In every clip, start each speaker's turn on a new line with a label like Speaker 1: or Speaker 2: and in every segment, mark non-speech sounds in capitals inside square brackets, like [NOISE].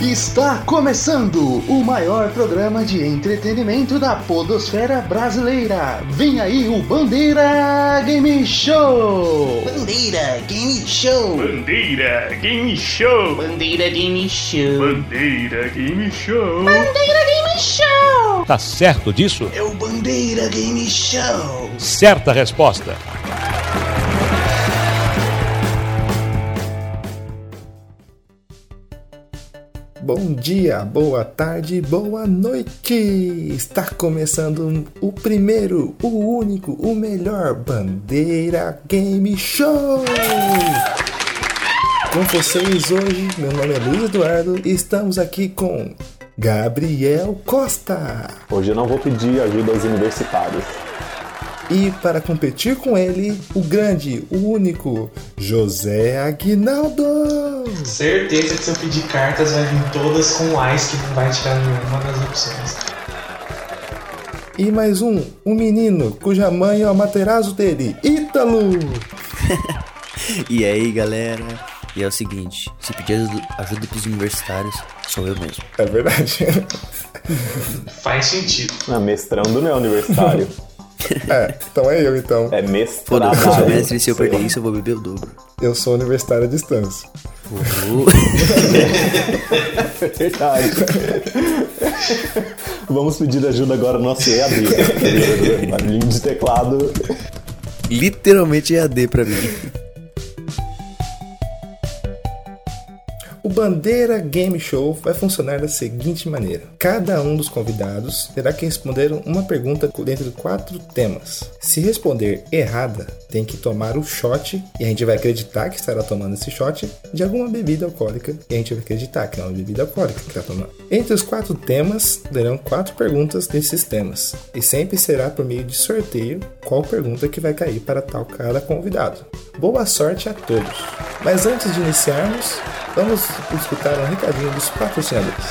Speaker 1: Está começando o maior programa de entretenimento da podosfera brasileira. Vem aí o Bandeira Game Show!
Speaker 2: Bandeira Game Show!
Speaker 3: Bandeira Game Show!
Speaker 2: Bandeira Game Show!
Speaker 3: Bandeira Game Show!
Speaker 4: Bandeira Game Show!
Speaker 5: Tá certo disso?
Speaker 2: É o Bandeira Game Show!
Speaker 5: Certa resposta!
Speaker 6: Bom dia, boa tarde, boa noite! Está começando o primeiro, o único, o melhor Bandeira Game Show! Com vocês hoje, meu nome é Luiz Eduardo e estamos aqui com Gabriel Costa.
Speaker 7: Hoje eu não vou pedir ajuda aos universitários.
Speaker 6: E para competir com ele, o grande, o único, José Aguinaldo!
Speaker 8: Certeza que se eu pedir cartas vai vir todas com ais que não vai tirar nenhuma das opções.
Speaker 6: E mais um, um menino cuja mãe é o materazo dele, Ítalo!
Speaker 9: e aí galera? E é o seguinte, se pedir ajuda para os universitários, sou eu mesmo.
Speaker 6: É verdade.
Speaker 8: [LAUGHS] Faz sentido.
Speaker 7: Ah, mestrando não é universitário.
Speaker 6: [LAUGHS] É, então é eu então.
Speaker 7: É mestrado.
Speaker 9: Foda-se, mestre, se eu perder isso, eu vou beber o dobro.
Speaker 6: Eu sou universitário à distância.
Speaker 9: Uhul.
Speaker 7: é verdade. Vamos pedir ajuda agora no nosso EAD. Barulhinho de teclado.
Speaker 9: Literalmente EAD pra mim. [LAUGHS]
Speaker 6: O Bandeira Game Show vai funcionar da seguinte maneira: cada um dos convidados terá que responder uma pergunta dentro de quatro temas. Se responder errada, tem que tomar o shot e a gente vai acreditar que estará tomando esse shot de alguma bebida alcoólica e a gente vai acreditar que é uma bebida alcoólica que está tomando. Entre os quatro temas, terão quatro perguntas desses temas e sempre será por meio de sorteio qual pergunta que vai cair para tal cada convidado. Boa sorte a todos! Mas antes de iniciarmos, vamos escutar um recadinho dos patrocinadores.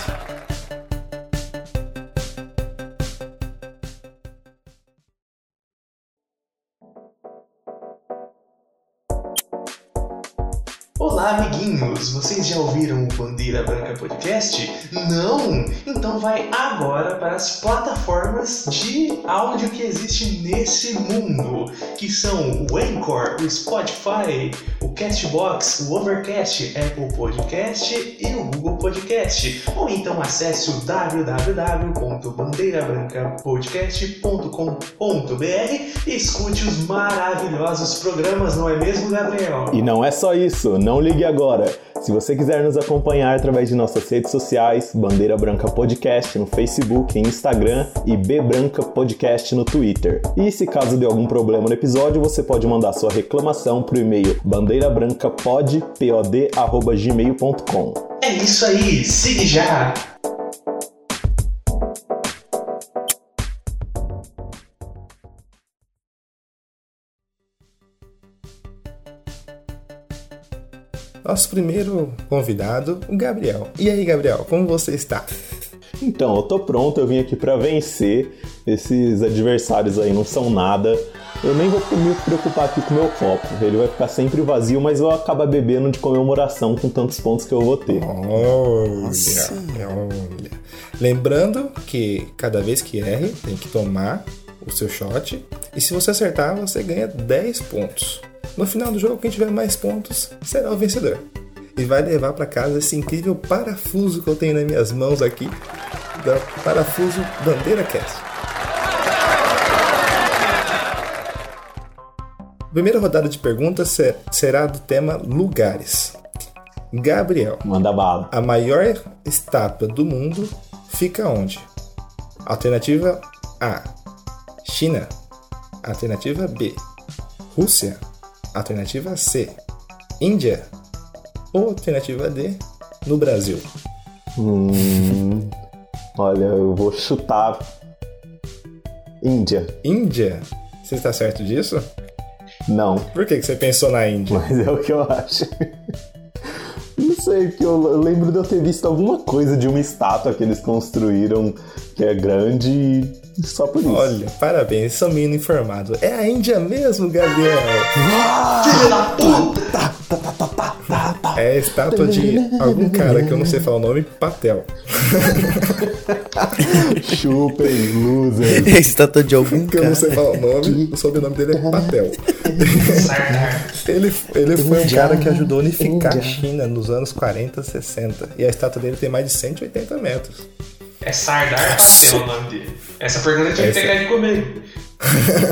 Speaker 8: Olá, amiguinhos! Vocês já ouviram o Bandeira Branca Podcast? Não? Então vai agora para as plataformas de áudio que existe nesse mundo, que são o Anchor, o Spotify, o Castbox, o Overcast, Apple Podcast e o Google Podcast. Ou então acesse o www.bandeirabrancapodcast.com.br e escute os maravilhosos programas, não é mesmo, Gabriel?
Speaker 7: E não é só isso, não ligue agora. Se você quiser nos acompanhar através de nossas redes sociais, Bandeira Branca Podcast no Facebook e Instagram e B Branca Podcast no Twitter. E se caso dê algum problema no episódio, você pode mandar sua reclamação pro e-mail bandeirabrancapod.pod@gmail.com.
Speaker 8: É isso aí, siga já.
Speaker 6: nosso primeiro convidado, o Gabriel. E aí, Gabriel, como você está?
Speaker 7: Então, eu tô pronto, eu vim aqui para vencer. Esses adversários aí não são nada. Eu nem vou me preocupar aqui com o meu copo. Ele vai ficar sempre vazio, mas eu acabo bebendo de comemoração com tantos pontos que eu vou ter.
Speaker 6: Olha, é um olha. Lembrando que cada vez que erre, tem que tomar o seu shot. E se você acertar, você ganha 10 pontos. No final do jogo, quem tiver mais pontos será o vencedor. E vai levar para casa esse incrível parafuso que eu tenho nas minhas mãos aqui, da parafuso Bandeira Cast. Primeira rodada de perguntas será do tema lugares. Gabriel,
Speaker 7: manda bala.
Speaker 6: A maior estátua do mundo fica onde? Alternativa A: China. Alternativa B: Rússia. Alternativa C, Índia. Ou alternativa D, no Brasil.
Speaker 7: Hum, olha, eu vou chutar. Índia.
Speaker 6: Índia? Você está certo disso?
Speaker 7: Não. [LAUGHS]
Speaker 6: Por que, que você pensou na Índia?
Speaker 7: Mas é o que eu acho. Não sei, porque eu lembro de eu ter visto alguma coisa de uma estátua que eles construíram que é grande e só por isso.
Speaker 6: Olha, parabéns, sou menino informado. É
Speaker 7: Ah.
Speaker 6: a Índia mesmo, Gabriel!
Speaker 7: Filho da puta!
Speaker 6: É a estátua de algum cara que eu não sei falar o nome, Patel.
Speaker 7: Chupem, losers.
Speaker 9: É a estátua de algum
Speaker 6: Que eu não
Speaker 9: cara.
Speaker 6: sei falar o nome, o sobrenome dele é Patel.
Speaker 8: Sarnar.
Speaker 6: Ele, ele foi um cara que ajudou a unificar a China nos anos 40, 60. E a estátua dele tem mais de 180
Speaker 7: [LAUGHS]
Speaker 6: metros.
Speaker 8: É Sardar é o nome dele. Essa pergunta tinha que
Speaker 6: Essa-
Speaker 8: pegar de comer.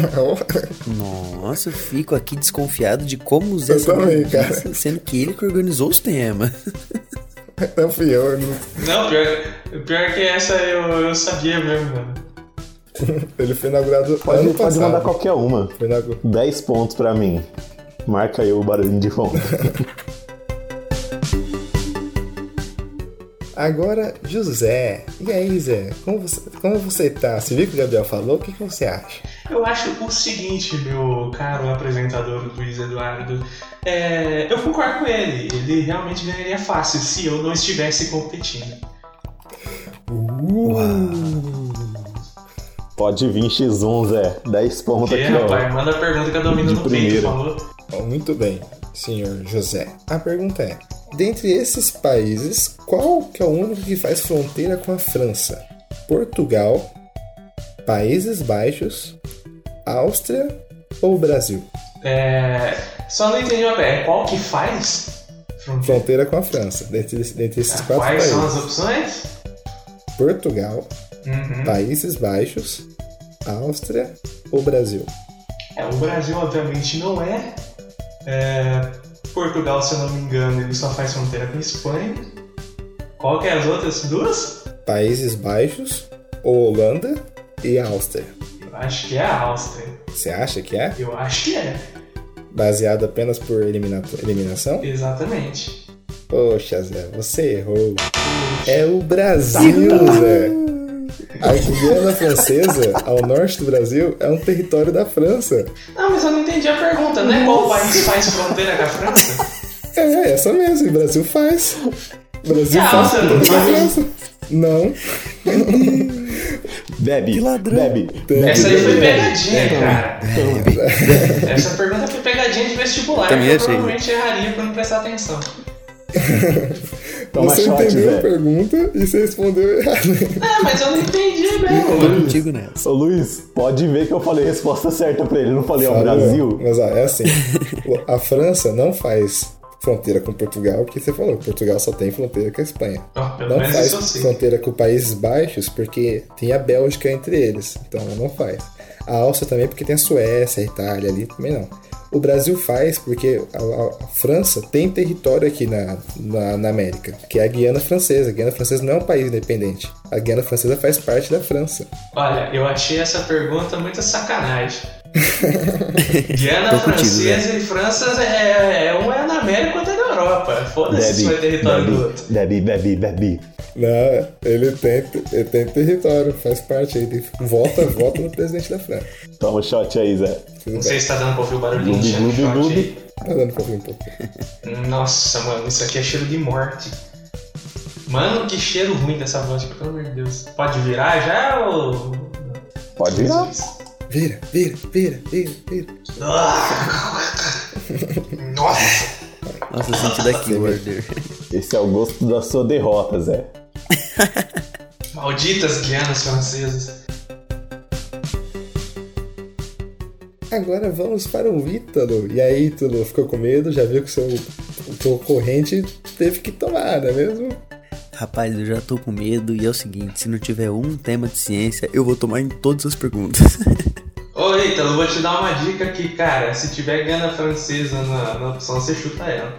Speaker 6: Então,
Speaker 9: Nossa, eu fico aqui desconfiado de como o Zé
Speaker 6: Eu também,
Speaker 9: sabia
Speaker 6: cara.
Speaker 9: disso, sendo que ele que organizou os temas.
Speaker 6: Não então fui eu, eu não-
Speaker 8: Não, pior, pior que essa eu, eu sabia mesmo, mano.
Speaker 6: ele foi inaugurado ano
Speaker 7: Pode, pode
Speaker 6: passado.
Speaker 7: mandar qualquer uma.
Speaker 6: Foi inaugurado.
Speaker 7: 10 pontos pra mim. Marca aí o barulhinho de fundo.
Speaker 6: Agora, José. E aí, Zé? Como você, como você tá? Você viu o que o Gabriel falou? O que, que você acha?
Speaker 8: Eu acho o seguinte, meu caro apresentador Luiz Eduardo. É, eu concordo com ele. Ele realmente ganharia fácil se eu não estivesse competindo.
Speaker 7: Pode vir X1, Zé. 10 pontos
Speaker 8: Porque,
Speaker 7: aqui, ó.
Speaker 8: rapaz, manda a pergunta que eu domino
Speaker 7: De
Speaker 8: no peito,
Speaker 7: primeira.
Speaker 8: falou.
Speaker 6: Bom, Muito bem, senhor José. A pergunta é: dentre esses países, qual que é o único que faz fronteira com a França? Portugal, Países Baixos, Áustria ou Brasil?
Speaker 8: É, só não entendi uma coisa. É qual que faz? Fronteira.
Speaker 6: Fronteira com a França, dentre, desse- dentre esses quatro
Speaker 8: Quais
Speaker 6: países:
Speaker 8: são as opções?
Speaker 6: Portugal,
Speaker 8: Uhum.
Speaker 6: Países Baixos, Áustria ou Brasil?
Speaker 8: É, o Brasil, obviamente, não é. É, Portugal, se eu não me engano, ele só faz fronteira com a Espanha. Qual que é as outras duas?
Speaker 6: Países Baixos, ou Holanda e Áustria.
Speaker 8: Eu acho que é a Áustria.
Speaker 6: Você acha que é?
Speaker 8: Eu acho que é.
Speaker 6: Baseado apenas por elimina- eliminação?
Speaker 8: Exatamente.
Speaker 6: Poxa, Zé, você errou. É o Brasil, Zé. A Guiana Francesa, ao norte do Brasil, é um território da França.
Speaker 8: Não, Ah, mas eu não entendi a pergunta, né? Qual país faz fronteira com a França?
Speaker 6: É, essa mesmo, e o Brasil faz. O Brasil
Speaker 8: Ah,
Speaker 6: faz.
Speaker 8: você
Speaker 6: com toda a
Speaker 8: não faz?
Speaker 6: França. Não,
Speaker 7: Bebe.
Speaker 9: ladrão.
Speaker 7: Bebe.
Speaker 8: Essa é aí foi
Speaker 7: É,
Speaker 8: pegadinha,
Speaker 7: então,
Speaker 8: cara.
Speaker 7: então,
Speaker 8: Essa pergunta foi pegadinha de vestibular.
Speaker 9: Também
Speaker 8: que eu
Speaker 9: achei.
Speaker 8: provavelmente erraria por não prestar atenção.
Speaker 7: Toma
Speaker 6: você
Speaker 7: shot,
Speaker 6: entendeu a
Speaker 7: Zé.
Speaker 6: pergunta e você respondeu errado.
Speaker 8: Ah, mas eu não entendi
Speaker 9: Tô
Speaker 8: mesmo.
Speaker 9: contigo nessa.
Speaker 7: Ô Luiz, pode ver que eu falei a resposta certa pra ele. Não falei, ó,
Speaker 6: Sabe, né?
Speaker 7: Brasil.
Speaker 6: Mas ó, é assim: o- a França não faz fronteira com Portugal, porque você falou, Portugal só tem fronteira com a Espanha.
Speaker 8: Ó, pelo
Speaker 6: Não
Speaker 8: menos
Speaker 6: faz
Speaker 8: isso assim. eu sei.
Speaker 6: fronteira com Países Baixos porque tem a Bélgica entre eles, então não faz. A Áustria também porque tem a Suécia, a Itália ali também não. O Brasil faz porque a, a- a França tem território aqui na, na, na América, que é a Guiana Francesa. A Guiana Francesa não é um país independente. A Guiana Francesa faz parte da França.
Speaker 8: Olha, eu achei essa pergunta muito
Speaker 9: [LAUGHS]
Speaker 8: sacanagem. Guiana
Speaker 9: Tô contigo,
Speaker 8: Francesa e França é, é um é na América outra é na Europa. Foda-se se
Speaker 7: Bebe.
Speaker 8: vai território do outro.
Speaker 7: Bebe, bebe, bebe, bebe.
Speaker 6: Não, né? ele tem, ele tem território, faz parte aí. Ele vota, vota no presidente da França.
Speaker 7: Toma um shot aí, Zé.
Speaker 6: Tudo
Speaker 8: Não
Speaker 6: bem.
Speaker 8: sei se tá dando pra ouvir o barulhinho
Speaker 7: Gloob,
Speaker 8: de
Speaker 7: gloob,
Speaker 8: shot
Speaker 7: gloob.
Speaker 8: aí.
Speaker 6: Tá dando pra ouvir um pouco.
Speaker 8: Nossa, mano, isso aqui é cheiro de morte. Mano, que cheiro ruim dessa vodka, pelo amor de Deus. Pode virar já ou.
Speaker 7: Pode virar.
Speaker 6: Vira, vira, vira, vira, vira.
Speaker 8: Nossa!
Speaker 9: Nossa, eu senti daqui o order.
Speaker 7: Esse é o gosto da sua derrota, Zé.
Speaker 8: Malditas guianas francesas.
Speaker 6: Agora vamos para o Ítalo. E aí, Ítalo, ficou com medo? Já viu que seu concorrente teve que tomar, não é mesmo?
Speaker 9: Rapaz, eu já tô com medo e é o seguinte, se não tiver um tema de ciência, eu vou tomar em todas as perguntas. [LAUGHS]
Speaker 8: Ô, Ítalo, vou te dar uma dica aqui, cara. Se tiver guiana francesa na, na opção, você chuta ela.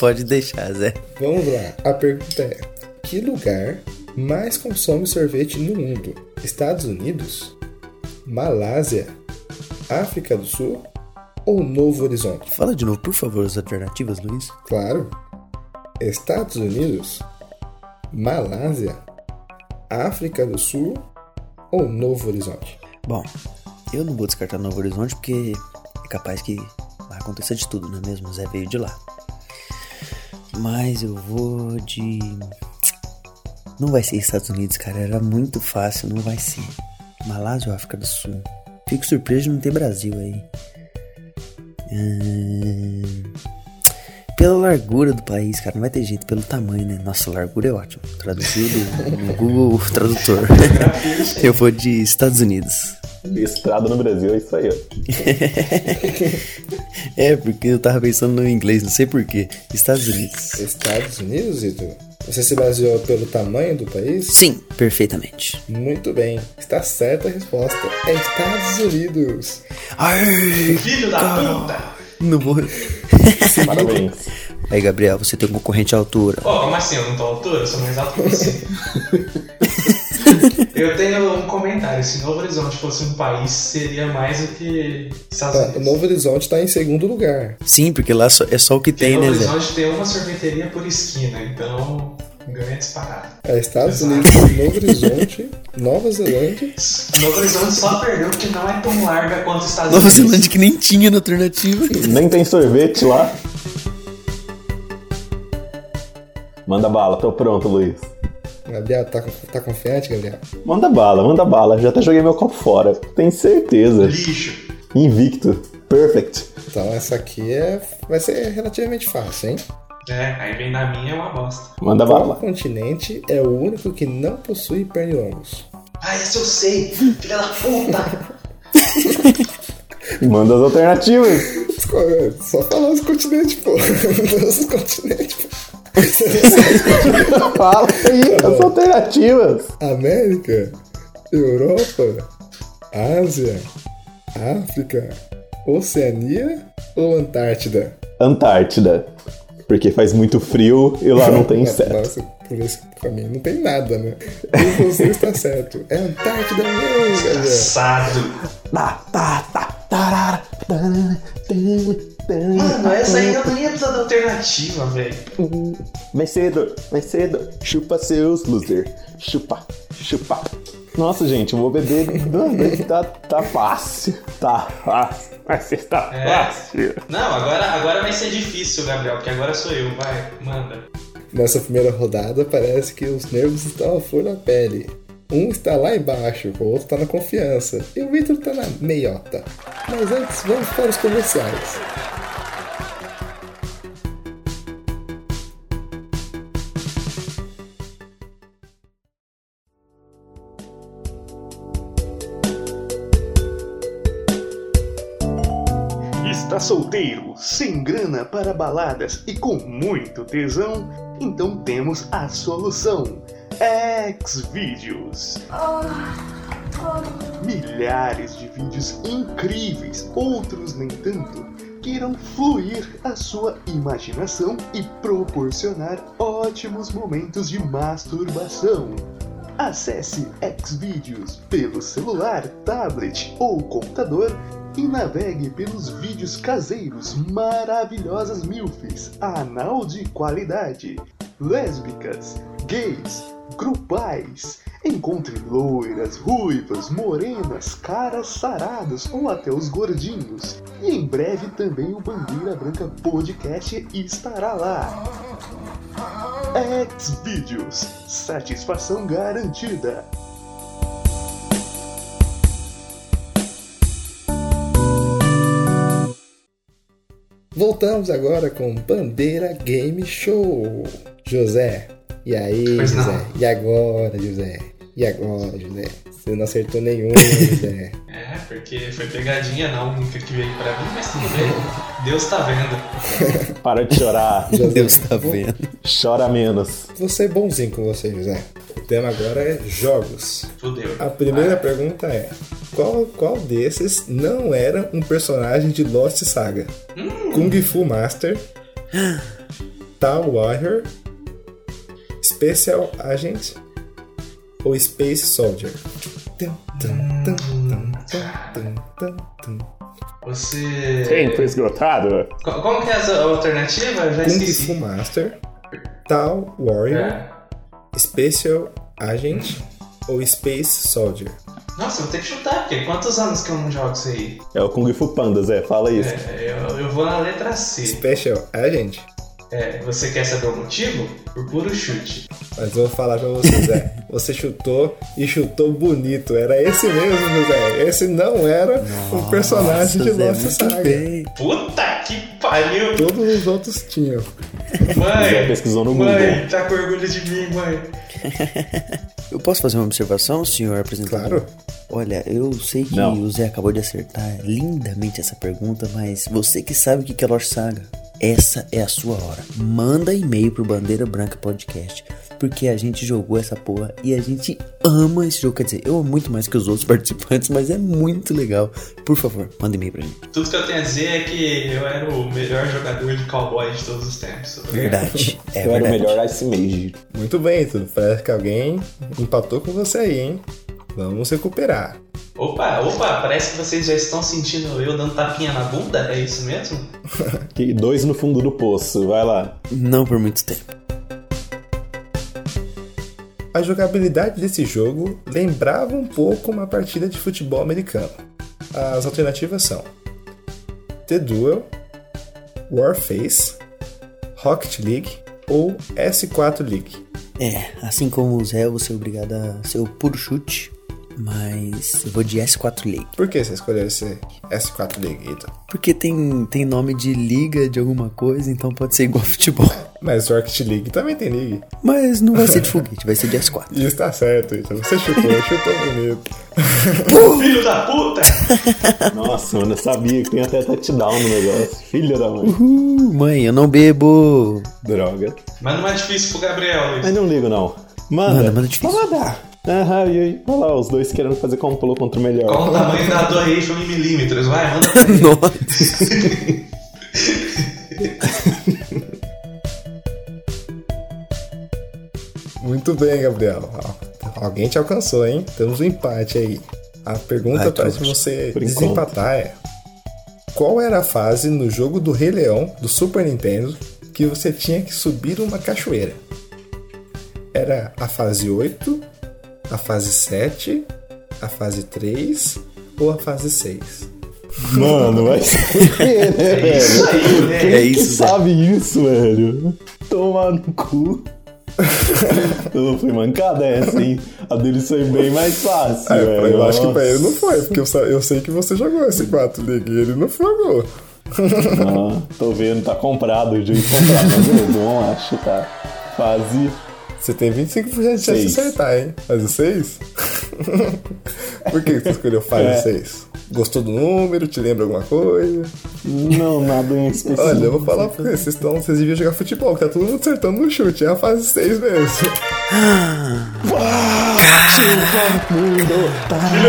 Speaker 9: Pode deixar, Zé.
Speaker 6: Vamos lá. A pergunta é: Que lugar mais consome sorvete no mundo? Estados Unidos? Malásia? África do Sul? Ou Novo Horizonte?
Speaker 9: Fala de novo, por favor, as alternativas, Luiz.
Speaker 6: Claro. Estados Unidos? Malásia? África do Sul? Ou Novo Horizonte?
Speaker 9: Bom, eu não vou descartar Novo Horizonte porque é capaz que lá aconteça de tudo, não é mesmo? O Zé veio de lá. Mas eu vou de. Não vai ser Estados Unidos, cara. Era muito fácil, não vai ser. Malásia ou África do Sul? Fico surpreso de não ter Brasil aí. Ahn, pela largura do país, cara, não vai ter jeito, pelo tamanho, né? Nossa, largura é ótimo. Traduzido no Google Tradutor. Eu vou de Estados Unidos.
Speaker 7: Estrada no Brasil, é isso aí, ó.
Speaker 9: É, porque eu tava pensando no inglês, não sei porquê. Estados Unidos.
Speaker 6: Estados Unidos, Ito? Você se baseou pelo tamanho do país?
Speaker 9: Sim, perfeitamente.
Speaker 6: Muito bem, está certa a resposta. É Estados Unidos.
Speaker 9: Ai,
Speaker 8: Filho da
Speaker 6: Tá.
Speaker 8: puta!
Speaker 9: não vou.
Speaker 7: Parabéns.
Speaker 9: Aí, Gabriel, você tem um concorrente à altura.
Speaker 8: Ó, como assim? Eu não tô à altura? Eu sou mais alto
Speaker 6: [LAUGHS]
Speaker 8: que você. Eu tenho um comentário. Se Novo Horizonte fosse um país, seria mais do que Estados
Speaker 6: Tá, o
Speaker 8: Unidos.
Speaker 6: Novo Horizonte está em segundo lugar.
Speaker 9: Sim, porque lá só- é só o que tem,
Speaker 8: Novo
Speaker 9: né, Zé?
Speaker 8: Horizonte tem uma sorveteria por esquina, então ganha disparado.
Speaker 6: É Estados
Speaker 8: Exato.
Speaker 6: Unidos, Novo Horizonte, Nova Zelândia.
Speaker 8: Novo Horizonte só perdeu porque não é tão larga quanto os Estados
Speaker 9: Nova
Speaker 8: Unidos.
Speaker 9: Zelândia que nem tinha na alternativa.
Speaker 7: Nem tem sorvete lá. Manda bala, tô pronto, Luiz.
Speaker 6: Gabriel, tá, tá confiante, Gabriel?
Speaker 7: Manda bala, manda bala. Já até joguei meu copo fora. Tenho certeza.
Speaker 8: Lixo.
Speaker 7: Invicto. Perfect.
Speaker 6: Então essa aqui é, vai ser relativamente fácil, hein?
Speaker 8: É, aí vem na minha é uma bosta.
Speaker 7: Manda
Speaker 6: Qual
Speaker 7: bala.
Speaker 6: continente é o único que não possui pernilongos?
Speaker 8: Ah, essa eu sei. Filha da puta.
Speaker 7: Manda as alternativas. [LAUGHS]
Speaker 6: Esco- Só falar os continentes, pô. [LAUGHS] Todos os continentes, pô.
Speaker 7: Fala aí as alternativas.
Speaker 6: América, Europa, Ásia, África, Oceania ou Antártida?
Speaker 7: Antártida. Porque faz muito frio
Speaker 6: [LAUGHS]
Speaker 7: e lá não tem inseto.
Speaker 6: Nossa, por esse caminho não tem nada, né? E você
Speaker 7: [LAUGHS]
Speaker 6: está certo. É Antártida mesmo, Gabriel.
Speaker 8: Assado. Mano, essa é aí eu não ia precisar da alternativa, velho.
Speaker 7: Vencedor, vencedor. Chupa seus loser. Chupa, chupa. Nossa, gente, eu vou beber duas vezes. Tá, tá fácil. Tá fácil. Mas você tá
Speaker 8: É.
Speaker 7: fácil.
Speaker 8: Não, agora, agora vai ser difícil, Gabriel, porque agora sou eu. Vai, manda.
Speaker 6: Nessa primeira rodada, parece que os nervos estão à flor da pele. Um está lá embaixo, o outro está na confiança. E o Victor está na meiota. Mas antes, vamos para os comerciais.
Speaker 1: Está solteiro, sem grana para baladas e com muito tesão? Então temos a solução: Xvideos. Milhares de vídeos incríveis, outros nem tanto, que irão fluir a sua imaginação e proporcionar ótimos momentos de masturbação. Acesse Xvideos pelo celular, tablet ou computador e navegue pelos vídeos caseiros maravilhosas milfes, anal de qualidade, lésbicas, gays, grupais. Encontre loiras, ruivas, morenas, caras sarados ou até os gordinhos. E em breve também o Bandeira Branca Podcast estará lá. É Xvideos, satisfação garantida.
Speaker 6: Voltamos agora com Bandeira Game Show. José, e aí,
Speaker 8: Pois não.
Speaker 6: José? E agora, José? E agora, José? Você não acertou
Speaker 8: [LAUGHS]
Speaker 6: nenhum, José.
Speaker 8: É, porque foi pegadinha não, nunca que veio pra mim, mas tudo bem. Deus tá vendo.
Speaker 7: Para de chorar.
Speaker 9: Deus tá vendo.
Speaker 7: Chora menos.
Speaker 6: Você é bonzinho com você, José. O tema agora é jogos.
Speaker 8: Fudeu.
Speaker 6: A primeira pergunta é: qual, qual desses não era um personagem de Lost Saga? Kung Fu Master, Tal Warrior, Special Agent ou Space Soldier? Tum, tum, tum, tum, tum, tum, tum, tum.
Speaker 8: Você.
Speaker 7: Tempo esgotado.
Speaker 8: Co- Como que é a alternativa? Eu já
Speaker 6: Kung Fu
Speaker 8: esqueci.
Speaker 6: Master, Tal Warrior,
Speaker 8: É.
Speaker 6: Special Agent ou Space Soldier?
Speaker 8: Nossa, eu vou ter que chutar, porque quantos anos que eu não jogo isso aí?
Speaker 7: É o Kung Fu Panda, Zé. Fala isso.
Speaker 8: É, eu, eu vou na letra C.
Speaker 6: Special Agent?
Speaker 8: É, você quer saber o motivo? Por puro chute.
Speaker 9: [LAUGHS]
Speaker 6: Mas eu vou falar pra vocês, é. Você chutou e chutou bonito. Era esse mesmo, José. Esse não era o personagem de
Speaker 9: Zé,
Speaker 6: nossa
Speaker 9: muito
Speaker 6: saga.
Speaker 9: bem.
Speaker 8: Puta que pariu!
Speaker 6: Todos os outros tinham.
Speaker 8: Mãe!
Speaker 7: Zé pesquisou no
Speaker 8: Mãe,
Speaker 7: Google.
Speaker 8: tá com orgulho de mim, mãe.
Speaker 9: Eu posso fazer uma observação, senhor apresentador?
Speaker 6: Claro.
Speaker 9: Olha, eu sei que
Speaker 7: Não.
Speaker 9: o Zé acabou de acertar lindamente essa pergunta, mas você que sabe o que é Lost Saga, essa é a sua hora. Manda e-mail pro Bandeira Branca Podcast, porque a gente jogou essa porra e a gente ama esse jogo. Quer dizer, eu amo muito mais que os outros [LAUGHS] participantes, mas é muito legal. Por favor, manda e-mail pra gente.
Speaker 8: Tudo que eu tenho a dizer é que eu era o melhor jogador de cowboy de todos os tempos.
Speaker 7: [LAUGHS]
Speaker 9: Verdade. É
Speaker 7: eu era o
Speaker 9: verdade.
Speaker 7: melhor Ice Mage.
Speaker 6: Muito bem, tudo. Parece que alguém empatou com você aí, hein? Vamos recuperar.
Speaker 8: Opa, opa, parece que vocês já estão sentindo eu dando tapinha na bunda, é isso
Speaker 7: [LAUGHS]
Speaker 8: mesmo?
Speaker 7: Que dois no fundo do poço, vai lá.
Speaker 9: Não por muito tempo.
Speaker 6: A jogabilidade desse jogo lembrava um pouco uma partida de futebol americano. As alternativas são The Duel, Warface, Rocket League ou S4 League.
Speaker 9: É, assim como o Zé, eu vou ser obrigado a ser o puro chute, mas eu vou de S4 League.
Speaker 6: Por que você escolheu esse S4 League, Ita?
Speaker 9: Porque tem, tem nome de liga de alguma coisa, então pode ser igual [LAUGHS] futebol.
Speaker 6: Mas Rocket League também tem ligue.
Speaker 9: Mas não vai ser de foguete, vai ser de S4.
Speaker 6: E está certo, Ita. Você chutou, [LAUGHS] chutou bonito.
Speaker 8: Filho da puta!
Speaker 7: Nossa, mano, eu sabia que tem até touchdown no negócio. Filho da mãe.
Speaker 9: Uhul, Uh, mãe, eu não bebo. [LAUGHS]
Speaker 7: Droga.
Speaker 8: Mas não é difícil pro Gabriel.
Speaker 7: Mas não ligo, não. Manda.
Speaker 9: Manda, manda difícil.
Speaker 7: Só mandar. Aham, e aí? Olha lá, os dois querendo fazer complô contra o melhor.
Speaker 8: Qual o tamanho da dor aí em milímetros? Vai, manda pra
Speaker 7: [LAUGHS]
Speaker 8: mim.
Speaker 9: Nossa.
Speaker 6: Muito bem, Gabriel. Ó, Alguém te alcançou, hein? Temos um empate aí. A pergunta
Speaker 9: Vai,
Speaker 6: para
Speaker 9: Thomas.
Speaker 6: você
Speaker 7: Por enquanto.
Speaker 6: desempatar é: Qual era a fase no jogo do Rei Leão do Super Nintendo que você tinha que subir uma cachoeira? Era a fase 8, a fase 7, a fase 3 ou a fase 6?
Speaker 7: Mano,
Speaker 6: [LAUGHS]
Speaker 7: vai ser [LAUGHS] o quê, né,
Speaker 8: É
Speaker 7: velho?
Speaker 8: isso
Speaker 7: [LAUGHS]
Speaker 8: aí, né?
Speaker 7: Quem
Speaker 9: É
Speaker 7: que
Speaker 9: isso, Zé.
Speaker 7: sabe isso, velho? Toma no cu. Não foi mancada essa, hein? A dele foi bem mais fácil,
Speaker 6: Ah,
Speaker 7: velho.
Speaker 6: eu acho que pra ele não
Speaker 7: Nossa.
Speaker 6: foi, porque eu, sa- eu sei que você jogou esse 4 League e ele não foi,
Speaker 7: Ah, tô vendo, tá comprado, o juiz comprado. Mas é bom, acho, tá? Fase.
Speaker 6: Você tem 25% de chance de
Speaker 7: Seis.
Speaker 6: acertar, hein? Faz o 6? [LAUGHS] Por que você escolheu faz
Speaker 7: É.
Speaker 6: o 6? Gostou do número? Te lembra alguma coisa?
Speaker 7: Não, nada em específico.
Speaker 6: Olha, eu vou falar pra vocês, vocês, estão, vocês deviam jogar futebol, que tá todo mundo acertando no chute, é a fase 6
Speaker 7: [LAUGHS]
Speaker 6: mesmo.
Speaker 8: Filho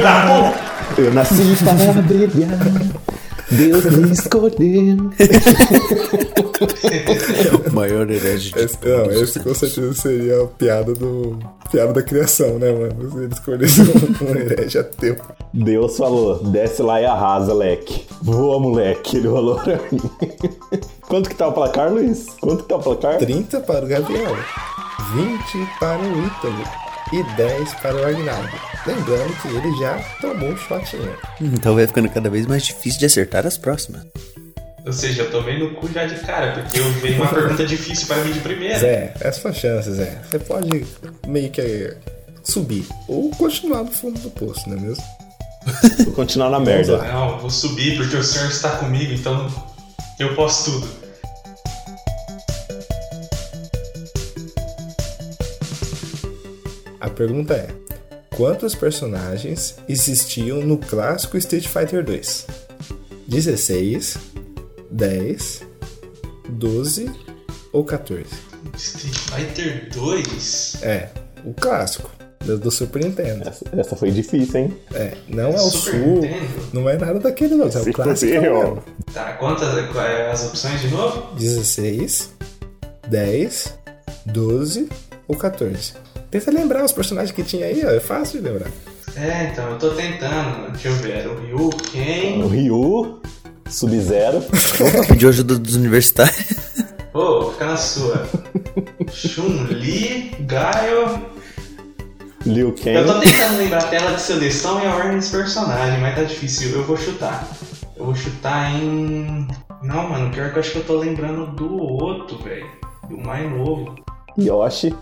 Speaker 8: da puta!
Speaker 7: Eu nasci para brilhar. Deus me escolheu.
Speaker 9: O maior herege de
Speaker 6: Esse, não, esse com certeza seria a piada do. piada da criação, né, mano? Eles [LAUGHS] escolheram um herege a tempo.
Speaker 7: Deus falou, desce lá e arrasa, leque. Voa, moleque. Ele falou pra mim. [LAUGHS] Quanto que tá o placar, Luiz? Quanto que tá o placar?
Speaker 6: 30 para o Gabriel, 20 para o Ítalo e 10 para o Agnaldo. Lembrando que ele já tomou um shotinho.
Speaker 9: Então vai ficando cada vez mais difícil de acertar as próximas.
Speaker 8: Ou seja, eu tomei no cu já de cara, porque eu veio uma pergunta difícil pra mim de primeira.
Speaker 6: Zé, essa é a sua chance, Zé. Você pode meio que subir ou continuar no fundo do poço, não é mesmo?
Speaker 7: Vou continuar na merda.
Speaker 8: Não, eu vou subir porque o senhor está comigo, então eu posso tudo.
Speaker 6: A pergunta é: quantos personagens existiam no clássico Street Fighter 2? 16, 10, 12 ou 14?
Speaker 8: Street Fighter 2?
Speaker 6: É, o clássico do, do Super Nintendo.
Speaker 7: Essa, essa foi difícil, hein?
Speaker 6: É, não é o
Speaker 8: Super
Speaker 6: Sul,
Speaker 8: Nintendo?
Speaker 6: não é nada daquele outro, é o
Speaker 7: Sim,
Speaker 6: clássico.
Speaker 7: eu.
Speaker 6: mesmo.
Speaker 8: Tá, quantas eh, as opções de novo?
Speaker 6: 16, 10, 12 ou 14. Tenta lembrar os personagens que tinha aí, ó, é fácil de lembrar.
Speaker 8: É, então, eu tô tentando. Deixa eu ver, era o Ryu, quem?
Speaker 6: Ah.
Speaker 7: O Ryu, Sub-Zero.
Speaker 9: Pediu ajuda dos universitários. [LAUGHS]
Speaker 8: Ô, fica na sua.
Speaker 6: [LAUGHS]
Speaker 8: Chun-Li, Gaio.
Speaker 7: Liu Kang.
Speaker 8: Eu tô tentando lembrar a tela de seleção e a ordem dos personagens, mas tá difícil. Eu vou chutar. Eu vou chutar em. Não, mano, pior que eu acho que eu tô lembrando do outro, velho. Do mais novo.
Speaker 7: Yoshi.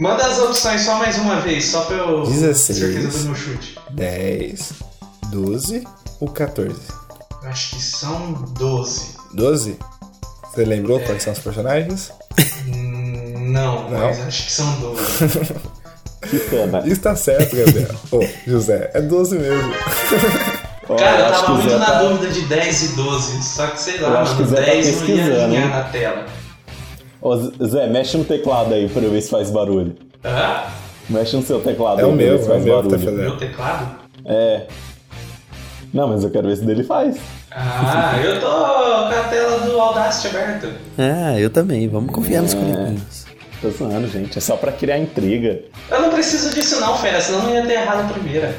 Speaker 8: Manda as opções só mais uma vez, só pra eu ter
Speaker 6: 16.
Speaker 8: certeza do meu chute.
Speaker 6: 10, 12 ou 14?
Speaker 8: Eu acho que são 12.
Speaker 6: 12? Você lembrou
Speaker 8: É.
Speaker 6: quais são os personagens?
Speaker 8: Hum, Não,
Speaker 6: Não.
Speaker 8: mas acho que são 12.
Speaker 7: Que pena.
Speaker 6: Está certo, Gabriel. Ô, José, é 12 mesmo.
Speaker 7: Ó,
Speaker 8: Cara, eu
Speaker 7: acho
Speaker 8: tava
Speaker 7: que o
Speaker 8: muito
Speaker 7: Zé
Speaker 8: na
Speaker 7: tá-
Speaker 8: dúvida de 10 e 12, só que sei lá,
Speaker 7: Eu acho que
Speaker 8: mano,
Speaker 7: o Zé tá
Speaker 8: 10 não ia
Speaker 7: pesquisando,
Speaker 8: alinhar
Speaker 7: hein?
Speaker 8: na tela.
Speaker 7: Ô, Zé, mexe no teclado aí pra eu ver se faz barulho.
Speaker 8: Hã?
Speaker 7: Mexe no seu teclado
Speaker 6: É
Speaker 7: aí
Speaker 6: o
Speaker 7: pra
Speaker 6: meu,
Speaker 7: ver se
Speaker 6: é o
Speaker 7: faz
Speaker 6: meu que tá
Speaker 7: barulho.
Speaker 6: fazendo.
Speaker 8: Meu teclado?
Speaker 7: É. Não, mas eu quero ver se dele faz.
Speaker 8: Ah, eu tô com a tela do Audacity aberta.
Speaker 9: Ah, eu também. Vamos confiar nos coleguinhas.
Speaker 7: Tô zoando, gente. É só pra criar intriga.
Speaker 8: Eu não preciso disso não, fera, senão não ia ter errado a primeira.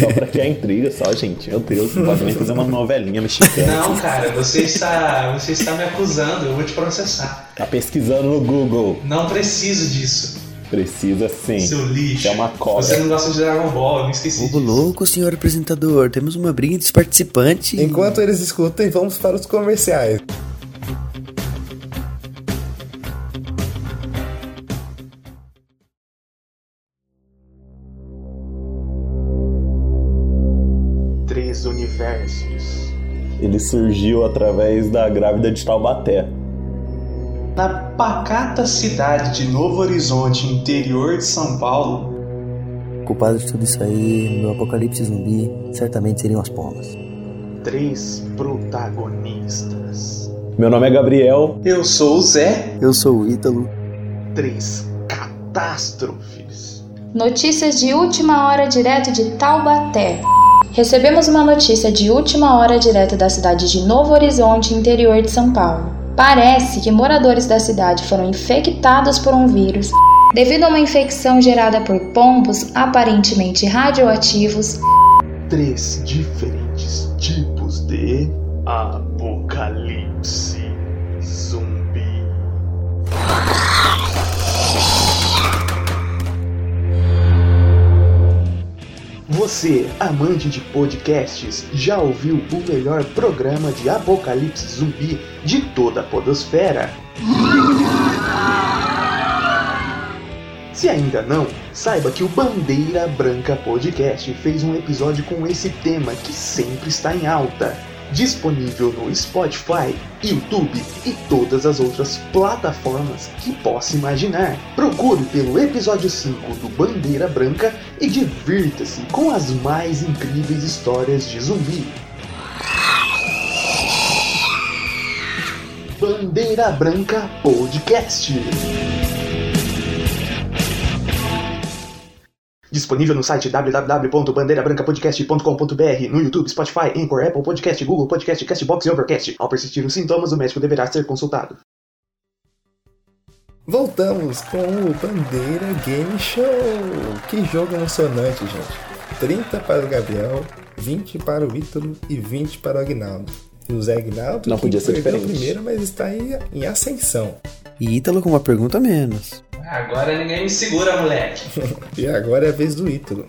Speaker 7: Só pra criar intriga, só, gente. Meu Deus, não pode nem fazer uma novelinha mexicana.
Speaker 8: Não, cara, você está, você está me acusando, eu vou te processar.
Speaker 7: Tá pesquisando no Google.
Speaker 8: Não preciso disso,
Speaker 7: Precisa sim.
Speaker 8: seu lixo.
Speaker 7: É uma
Speaker 8: Você
Speaker 7: cobra.
Speaker 8: não gosta de Dragon Ball, eu me esqueci
Speaker 9: Fogo
Speaker 8: disso.
Speaker 9: louco, senhor apresentador. Temos uma briga entre os participantes.
Speaker 6: Enquanto eles escutem, vamos para os comerciais.
Speaker 1: Três universos.
Speaker 7: Ele surgiu através da grávida de Taubaté.
Speaker 8: Na pacata cidade de Novo Horizonte, interior de São Paulo,
Speaker 9: O culpado de tudo isso aí, no apocalipse zumbi, certamente seriam as pombas.
Speaker 1: Três protagonistas.
Speaker 7: Meu nome é Gabriel.
Speaker 8: eu sou o Zé.
Speaker 9: Eu sou o Ítalo.
Speaker 1: Três catástrofes.
Speaker 4: Notícias de última hora direto de Taubaté. Recebemos uma notícia de última hora direto da cidade de Novo Horizonte, interior de São Paulo. Parece que moradores da cidade foram infectados por um vírus devido a uma infecção gerada por pombos aparentemente radioativos
Speaker 1: Três diferentes tipos de apocalipse zumbi. Você, amante de podcasts, já ouviu o melhor programa de apocalipse zumbi de toda a podosfera? Se ainda não, saiba que o Bandeira Branca Podcast fez um episódio com esse tema que sempre está em alta. Disponível no Spotify, YouTube e todas as outras plataformas que possa imaginar. Procure pelo episódio 5 do Bandeira Branca e divirta-se com as mais incríveis histórias de zumbi. Bandeira Branca Podcast. Disponível no site www.bandeirabrancapodcast.com.br, no YouTube, Spotify, Anchor, Apple Podcast, Google Podcast, Castbox e Overcast. Ao persistir os sintomas, o médico deverá ser consultado.
Speaker 6: Voltamos com o Bandeira Game Show. Que jogo emocionante, gente. 30 para o Gabriel, 20 para o Ítalo e 20 para o Agnaldo. E o Zé Agnaldo
Speaker 7: Não
Speaker 6: que
Speaker 7: podia ser
Speaker 6: perdeu
Speaker 7: diferente.
Speaker 6: primeiro, mas está em, em ascensão.
Speaker 9: E Ítalo com uma pergunta a menos.
Speaker 8: Agora ninguém me segura, moleque.
Speaker 6: E agora é a vez do Ítalo.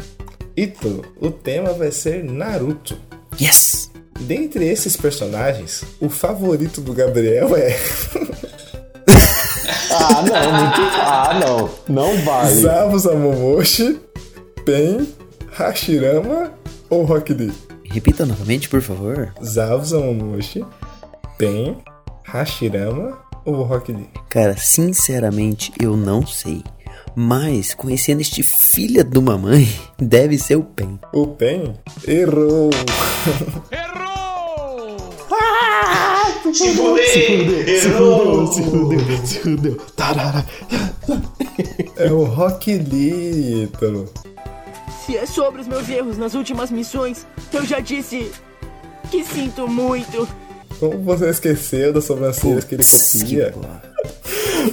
Speaker 6: Ítalo, o tema vai ser Naruto.
Speaker 9: Yes!
Speaker 6: Dentre esses personagens, o favorito do Gabriel é
Speaker 7: Ah, não. Muito... Ah, não. Não vale.
Speaker 6: Zabu Momoshi, Pen, Hashirama ou Rock Lee?
Speaker 9: Repita novamente, por favor.
Speaker 6: Zabu Momoshi, Pen, Hashirama ou Rock Lee?
Speaker 9: Cara, sinceramente, eu não sei. Mas, conhecendo este filha de uma mãe, [LAUGHS] deve ser o Pen.
Speaker 6: O Pen errou.
Speaker 8: [LAUGHS] Se fudei! Errou!
Speaker 6: É o Rock Lee, Ítalo.
Speaker 10: Se é sobre os meus erros nas últimas missões, eu já disse que sinto muito.
Speaker 6: Como você esqueceu das sobrancelhas que ele crescia?
Speaker 9: porra.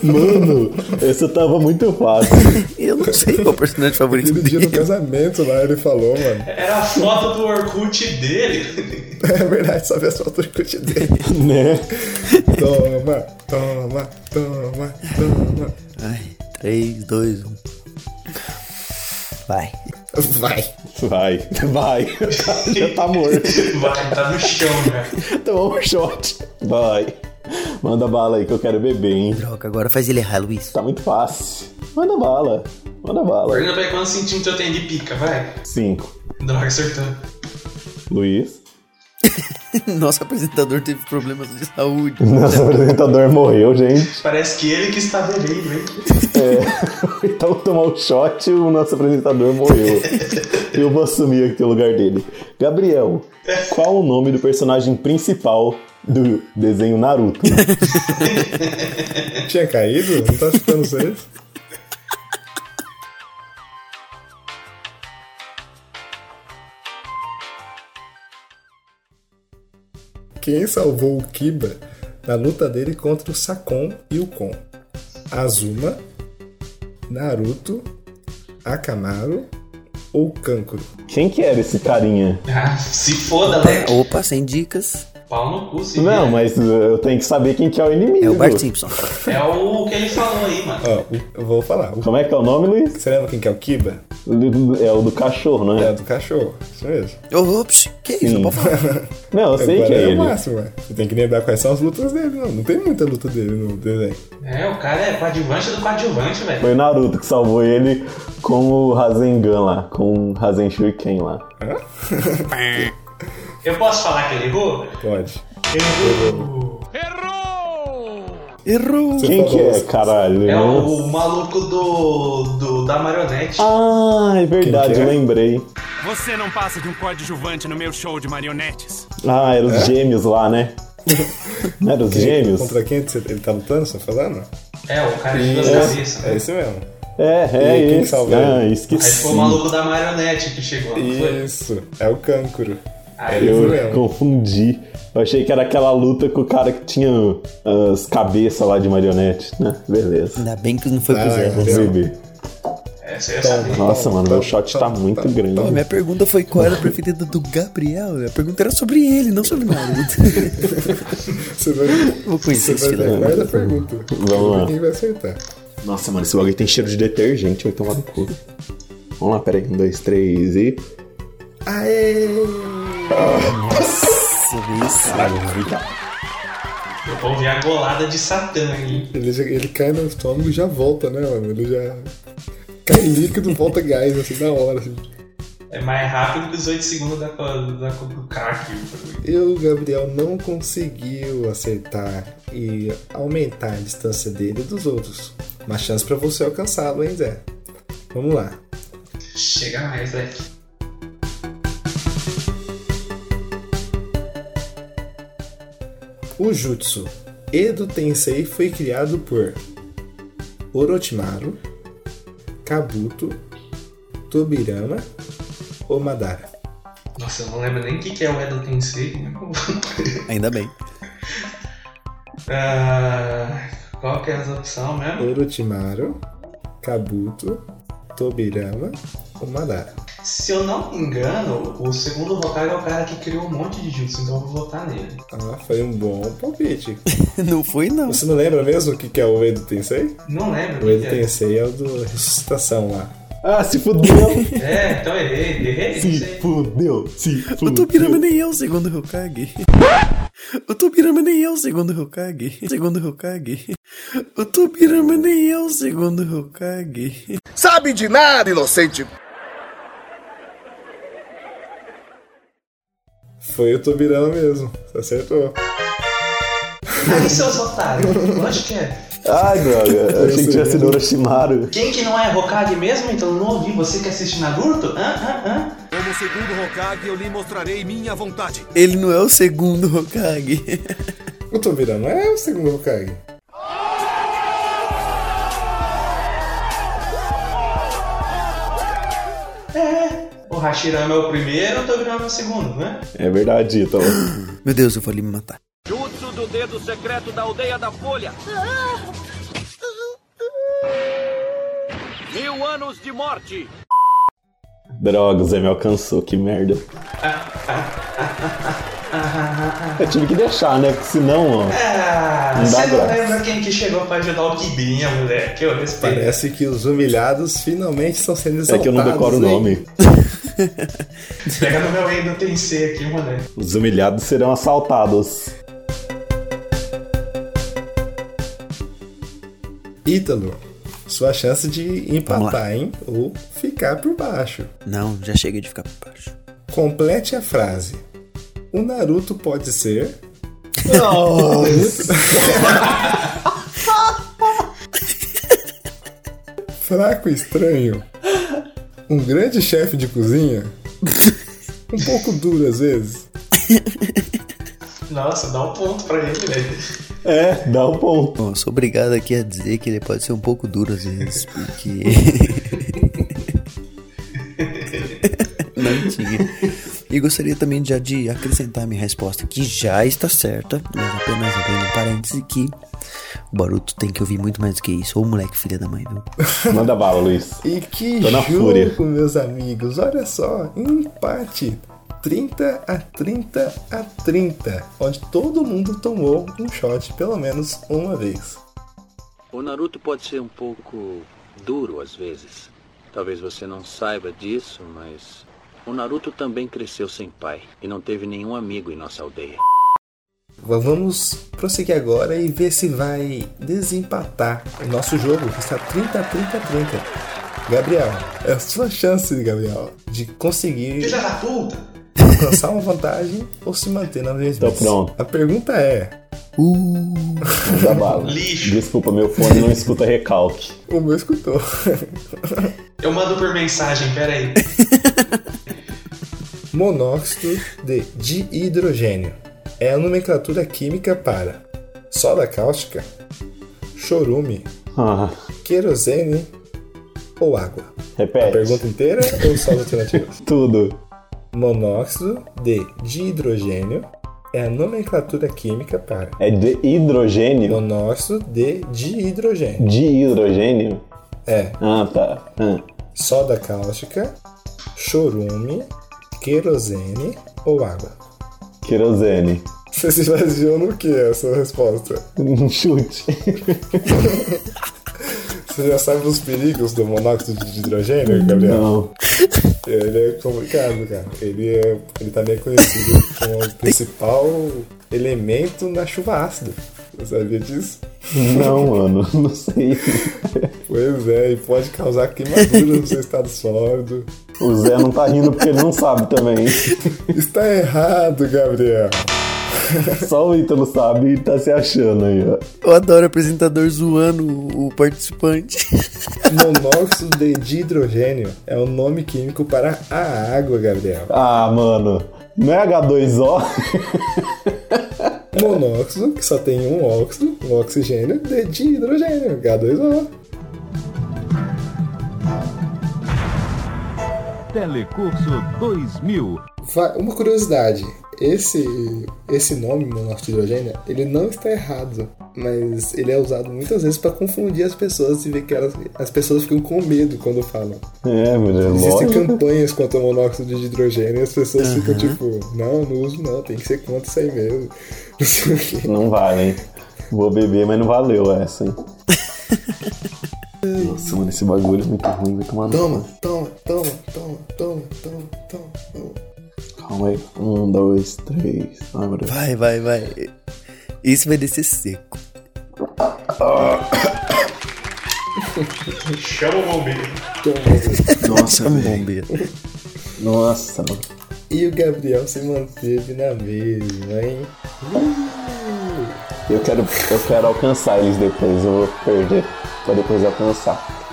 Speaker 7: Mano, esse tava muito fácil. [LAUGHS]
Speaker 9: Eu não sei qual é o personagem favorito
Speaker 6: Aquele dia do
Speaker 9: dele.
Speaker 6: casamento lá, ele falou, mano.
Speaker 8: Era a foto do Orkut dele.
Speaker 6: É verdade, só vê as fotos do cut dele.
Speaker 7: Né?
Speaker 6: Toma, toma, toma, toma.
Speaker 9: Ai, 3, 2, 1. Vai.
Speaker 6: Vai.
Speaker 7: Vai, vai. [LAUGHS] Já tá morto.
Speaker 8: [LAUGHS] Vai, tá no chão, cara.
Speaker 7: Tomou um shot. Vai. Manda bala aí que eu quero beber, hein?
Speaker 9: Droga, agora faz ele errar, Luiz. [LAUGHS]
Speaker 7: Tá muito fácil. Manda bala. Manda bala.
Speaker 8: Pergunta pra ele quantos centímetros eu tenho de pica, vai.
Speaker 7: Cinco.
Speaker 8: Droga, acertou.
Speaker 7: Luiz.
Speaker 9: Nosso apresentador teve problemas de saúde.
Speaker 7: Nosso apresentador morreu, gente.
Speaker 8: Parece que ele que está vermelho, hein?
Speaker 7: Então tomar o shot, o nosso
Speaker 8: [LAUGHS]
Speaker 7: apresentador morreu. Eu vou assumir aqui o lugar dele. Gabriel, qual o nome do personagem principal do desenho Naruto?
Speaker 6: Tinha caído? Não tá escutando vocês? Quem salvou o Kiba na luta dele contra o Sakon e o Kon? Azuma, Naruto, Akamaru ou Kankuro?
Speaker 7: Quem que era esse carinha?
Speaker 8: Ah, se foda, né?
Speaker 9: É, Opa, sem dicas.
Speaker 8: Pau no cu, se
Speaker 7: Não,
Speaker 8: vira.
Speaker 7: mas uh, eu tenho que saber quem que é o inimigo.
Speaker 9: É o Bart Simpson.
Speaker 8: É o que ele falou aí, mano.
Speaker 6: Ó, o- eu vou falar. O-
Speaker 7: Como é que é o nome, Luiz?
Speaker 6: Você lembra quem que é o Kiba?
Speaker 7: É o do cachorro,
Speaker 6: É
Speaker 7: né?
Speaker 6: o do cachorro, isso mesmo.
Speaker 9: Ô, ops, que isso?
Speaker 7: Sim.
Speaker 9: Não pode falar.
Speaker 7: Não, eu sei
Speaker 6: Agora
Speaker 7: que é
Speaker 6: é o
Speaker 7: ele.
Speaker 6: máximo, né? Você tem que lembrar quais são as lutas dele, não. Não tem muita luta dele no desenho.
Speaker 8: É, o cara é coadjuvante do coadjuvante, velho.
Speaker 7: Foi o Naruto que salvou ele com o Rasengan lá, com o Rasen Shuriken lá.
Speaker 8: Eu posso falar que ele errou?
Speaker 6: Pode.
Speaker 9: Errou.
Speaker 6: Você
Speaker 7: Quem que
Speaker 6: falou-
Speaker 7: é, caralho?
Speaker 8: É
Speaker 7: Nossa.
Speaker 8: o maluco do, do da marionete.
Speaker 7: Ah, é
Speaker 6: Quem
Speaker 7: verdade,
Speaker 6: que é?
Speaker 7: eu lembrei.
Speaker 3: Você não passa de um coadjuvante no meu show de marionetes.
Speaker 7: Ah, eram os gêmeos lá, [LAUGHS] né? Não eram os gêmeos?
Speaker 6: Contra quem que você- ele tá lutando, você tá falando?
Speaker 8: É, o cara de duas
Speaker 7: É.
Speaker 8: cabeças.
Speaker 6: É
Speaker 8: Né?
Speaker 6: isso mesmo.
Speaker 7: É, é
Speaker 6: E quem que
Speaker 7: isso.
Speaker 6: salvou
Speaker 7: Ah,
Speaker 6: ele?
Speaker 8: Aí
Speaker 7: esqueci.
Speaker 8: foi o maluco da marionete que chegou, não foi?
Speaker 6: Isso. É o Cancro.
Speaker 8: Aí
Speaker 6: ele
Speaker 7: Eu
Speaker 6: foi mesmo.
Speaker 7: confundi. Eu achei que era aquela luta com o cara que tinha ah, as cabeças lá de marionete, né? Beleza.
Speaker 9: Ainda bem que não foi pro
Speaker 6: Ah,
Speaker 9: zero.
Speaker 6: Gabriel.
Speaker 7: Bebê.
Speaker 8: É, você ia saber.
Speaker 7: Nossa, mano, meu shot tá
Speaker 6: Tom,
Speaker 7: muito
Speaker 6: Tom,
Speaker 7: grande.
Speaker 9: Pô, minha pergunta foi qual era a preferida do Gabriel. A pergunta era sobre ele, não sobre Naruto.
Speaker 6: Você vai,
Speaker 9: Vou conhecer esse
Speaker 6: você vai
Speaker 9: filho. da
Speaker 6: lembrar da pergunta.
Speaker 7: né? Vamos lá.
Speaker 6: Quem vai acertar?
Speaker 7: Nossa, mano, esse bagulho tem cheiro de detergente, vai tomar no cu. Vamos lá, pera aí. Um, dois, três e.
Speaker 6: Aê!
Speaker 8: Eu vou ouvir a golada de Satã aí.
Speaker 6: Ele, já- ele cai no estômago e já volta, né, mano? Ele já cai líquido, volta gás, assim, na hora. assim.
Speaker 8: É mais rápido que os 8 segundos da, co- da, co- do crack.
Speaker 6: Eu, Gabriel, não conseguiu acertar e aumentar a distância dele dos outros. Uma chance pra você alcançá-lo, hein, Zé? Vamos lá.
Speaker 8: Chega mais, velho.
Speaker 6: O jutsu Edo Tensei foi criado por Orochimaru, Kabuto, Tobirama ou Madara?
Speaker 8: Nossa, eu não lembro nem o que, que é o Edo Tensei. né?
Speaker 9: Ainda bem.
Speaker 8: Ah, qual que é as opções mesmo?
Speaker 6: Orochimaru, Kabuto, Tobirama ou Madara?
Speaker 8: Se eu não me engano, o segundo Hokage é o cara que criou um monte de jutsu, então eu vou votar nele.
Speaker 6: Ah, foi um bom palpite.
Speaker 9: Não foi, não.
Speaker 6: Você não lembra mesmo o que que é o Edo Tensei?
Speaker 8: Não lembro.
Speaker 6: O
Speaker 8: o que
Speaker 6: Edo
Speaker 8: que
Speaker 6: Tensei é o do ressuscitação lá.
Speaker 7: Ah, se fudeu!
Speaker 8: é. é, então errei, errei, não
Speaker 7: se
Speaker 8: sei.
Speaker 7: fudeu! Se
Speaker 9: O
Speaker 7: fudeu!
Speaker 9: Tobirama nem é o segundo Hokage. O Tobirama nem é o segundo Hokage. Segundo Hokage. O Tobirama nem é o segundo Hokage.
Speaker 2: Sabe de nada, inocente!
Speaker 6: Foi o Tobirama mesmo. Você acertou.
Speaker 8: Aí, seus otários, lógico que é.
Speaker 7: Ai, droga, achei que tinha sido Orochimaru.
Speaker 8: Quem que não é Hokage mesmo, então não ouvi. Você que assiste Naruto? Hã, hã, hã?
Speaker 3: Como segundo Hokage, eu lhe mostrarei minha vontade.
Speaker 9: Ele não é o segundo Hokage.
Speaker 6: O Tobirama é o segundo Hokage.
Speaker 8: O Hashirama é o primeiro, o Tobirama é o segundo, né?
Speaker 7: É verdade, então.
Speaker 9: Meu Deus, eu falei me matar.
Speaker 3: Jutsu do dedo secreto da aldeia da Folha. Mil anos de morte.
Speaker 7: Droga, o Zé é, me alcançou, que merda. Eu tive que deixar, né? Porque senão, ó.
Speaker 8: Ah,
Speaker 7: Não dá
Speaker 8: você não
Speaker 7: graça.
Speaker 8: lembra quem que chegou pra ajudar o Kibinha, moleque? Eu respeito.
Speaker 6: Parece que os humilhados finalmente estão sendo
Speaker 7: É
Speaker 6: exaltados.
Speaker 7: que eu não decoro o
Speaker 6: hein?
Speaker 7: nome.
Speaker 8: Pega no meu Edo Tensei aqui, moleque.
Speaker 7: Os humilhados serão assaltados.
Speaker 6: Ítalo, Sua chance de empatar, hein? Ou ficar por baixo.
Speaker 9: Não, já chega de ficar por baixo.
Speaker 6: Complete a frase. O Naruto pode ser.
Speaker 7: Nossa.
Speaker 6: Fraco e estranho. Um grande chefe de cozinha. Um pouco duro às vezes.
Speaker 8: Nossa, dá um ponto pra ele, velho.
Speaker 7: É, dá um ponto.
Speaker 9: Bom, sou obrigado aqui a dizer que ele pode ser um pouco duro às vezes, porque. [LAUGHS] Não tinha. E gostaria também já de acrescentar minha resposta, que já está certa, mas apenas abrindo um parêntese que o Baruto tem que ouvir muito mais do que isso. Ô moleque, filha da mãe, viu?
Speaker 7: Manda bala, Luiz.
Speaker 6: E que
Speaker 7: Tô na
Speaker 6: jogo,
Speaker 7: fúria.
Speaker 6: meus amigos. Olha só, empate. 30 a 30 a 30, onde todo mundo tomou um shot pelo menos uma vez.
Speaker 11: O Naruto pode ser um pouco duro às vezes. Talvez você não saiba disso, mas o Naruto também cresceu sem pai e não teve nenhum amigo em nossa aldeia.
Speaker 6: Va- Vamos prosseguir agora e ver se vai desempatar o nosso jogo, que está 30 a 30 a 30. Gabriel, é a sua chance, Gabriel, de conseguir
Speaker 8: Filha da puta!
Speaker 6: alcançar uma vantagem ou se manter na mesma.
Speaker 7: Tô pronto.
Speaker 6: A pergunta é:
Speaker 7: Manda bala.
Speaker 8: Lixo.
Speaker 7: Desculpa, meu fone não escuta recalque.
Speaker 6: o meu escutou? [LAUGHS]
Speaker 8: Eu mando por mensagem, pera aí.
Speaker 6: Monóxido de dihidrogênio é a nomenclatura química para soda cáustica, chorume,
Speaker 7: Ah,
Speaker 6: querosene ou água. A
Speaker 7: repete.
Speaker 6: pergunta inteira ou só as alternativas?
Speaker 7: Tudo.
Speaker 6: Monóxido de dihidrogênio é a nomenclatura química para
Speaker 7: É de hidrogênio?
Speaker 6: monóxido de dihidrogênio.
Speaker 7: De hidrogênio?
Speaker 6: É
Speaker 7: Ah, tá. Ah,
Speaker 6: soda cáustica, chorume, querosene ou água.
Speaker 7: querosene.
Speaker 6: Você se baseou no que essa resposta?
Speaker 7: Um chute.
Speaker 6: Você já sabe os perigos do monóxido de hidrogênio, Gabriel?
Speaker 7: Não.
Speaker 6: Ele é complicado, cara. Ele, é, ele também é conhecido como o principal elemento na chuva ácida. Você sabia disso?
Speaker 7: Não, mano. Não sei.
Speaker 6: Pois é, e pode causar queimadura no seu estado sólido.
Speaker 7: O Zé não tá rindo porque ele não sabe também.
Speaker 6: Está errado, Gabriel.
Speaker 7: Só o Ítalo sabe e tá se achando aí, ó.
Speaker 9: Eu adoro apresentador zoando o o participante.
Speaker 6: Monóxido de dihidrogênio é o nome químico para a água, Gabriel.
Speaker 7: Ah, mano. Não é H2O?
Speaker 6: Monóxido, que só tem um óxido, um oxigênio, de dihidrogênio, H2O.
Speaker 5: Telecurso 2000.
Speaker 6: Vai- Uma curiosidade, esse, esse nome, monóxido de hidrogênio, ele não está errado, mas ele é usado muitas vezes para confundir as pessoas e ver que elas, as pessoas ficam com medo quando falam.
Speaker 7: É, mano. é
Speaker 6: Existem
Speaker 7: lógico.
Speaker 6: campanhas contra o monóxido de hidrogênio e as pessoas ficam tipo, não, não uso não, tem que ser contra isso aí mesmo. [LAUGHS] Não sei o quê.
Speaker 7: Não vale, hein? Vou beber, mas não valeu
Speaker 6: [LAUGHS]
Speaker 7: essa, hein? Nossa, mano, esse bagulho é muito ruim, vai tomar no
Speaker 6: Toma, toma, toma, toma, toma, toma, toma, toma.
Speaker 7: Calma aí. Um, dois, três. Agora.
Speaker 9: Vai, vai, vai. Esse vai descer seco.
Speaker 8: Chama o bombeiro.
Speaker 7: Nossa,
Speaker 9: Chama o
Speaker 7: velho.
Speaker 9: bombeiro.
Speaker 7: Nossa, mano.
Speaker 6: E o Gabriel se manteve na mesma, hein?
Speaker 7: Eu quero, eu quero alcançar eles depois. Eu vou perder pra depois alcançar.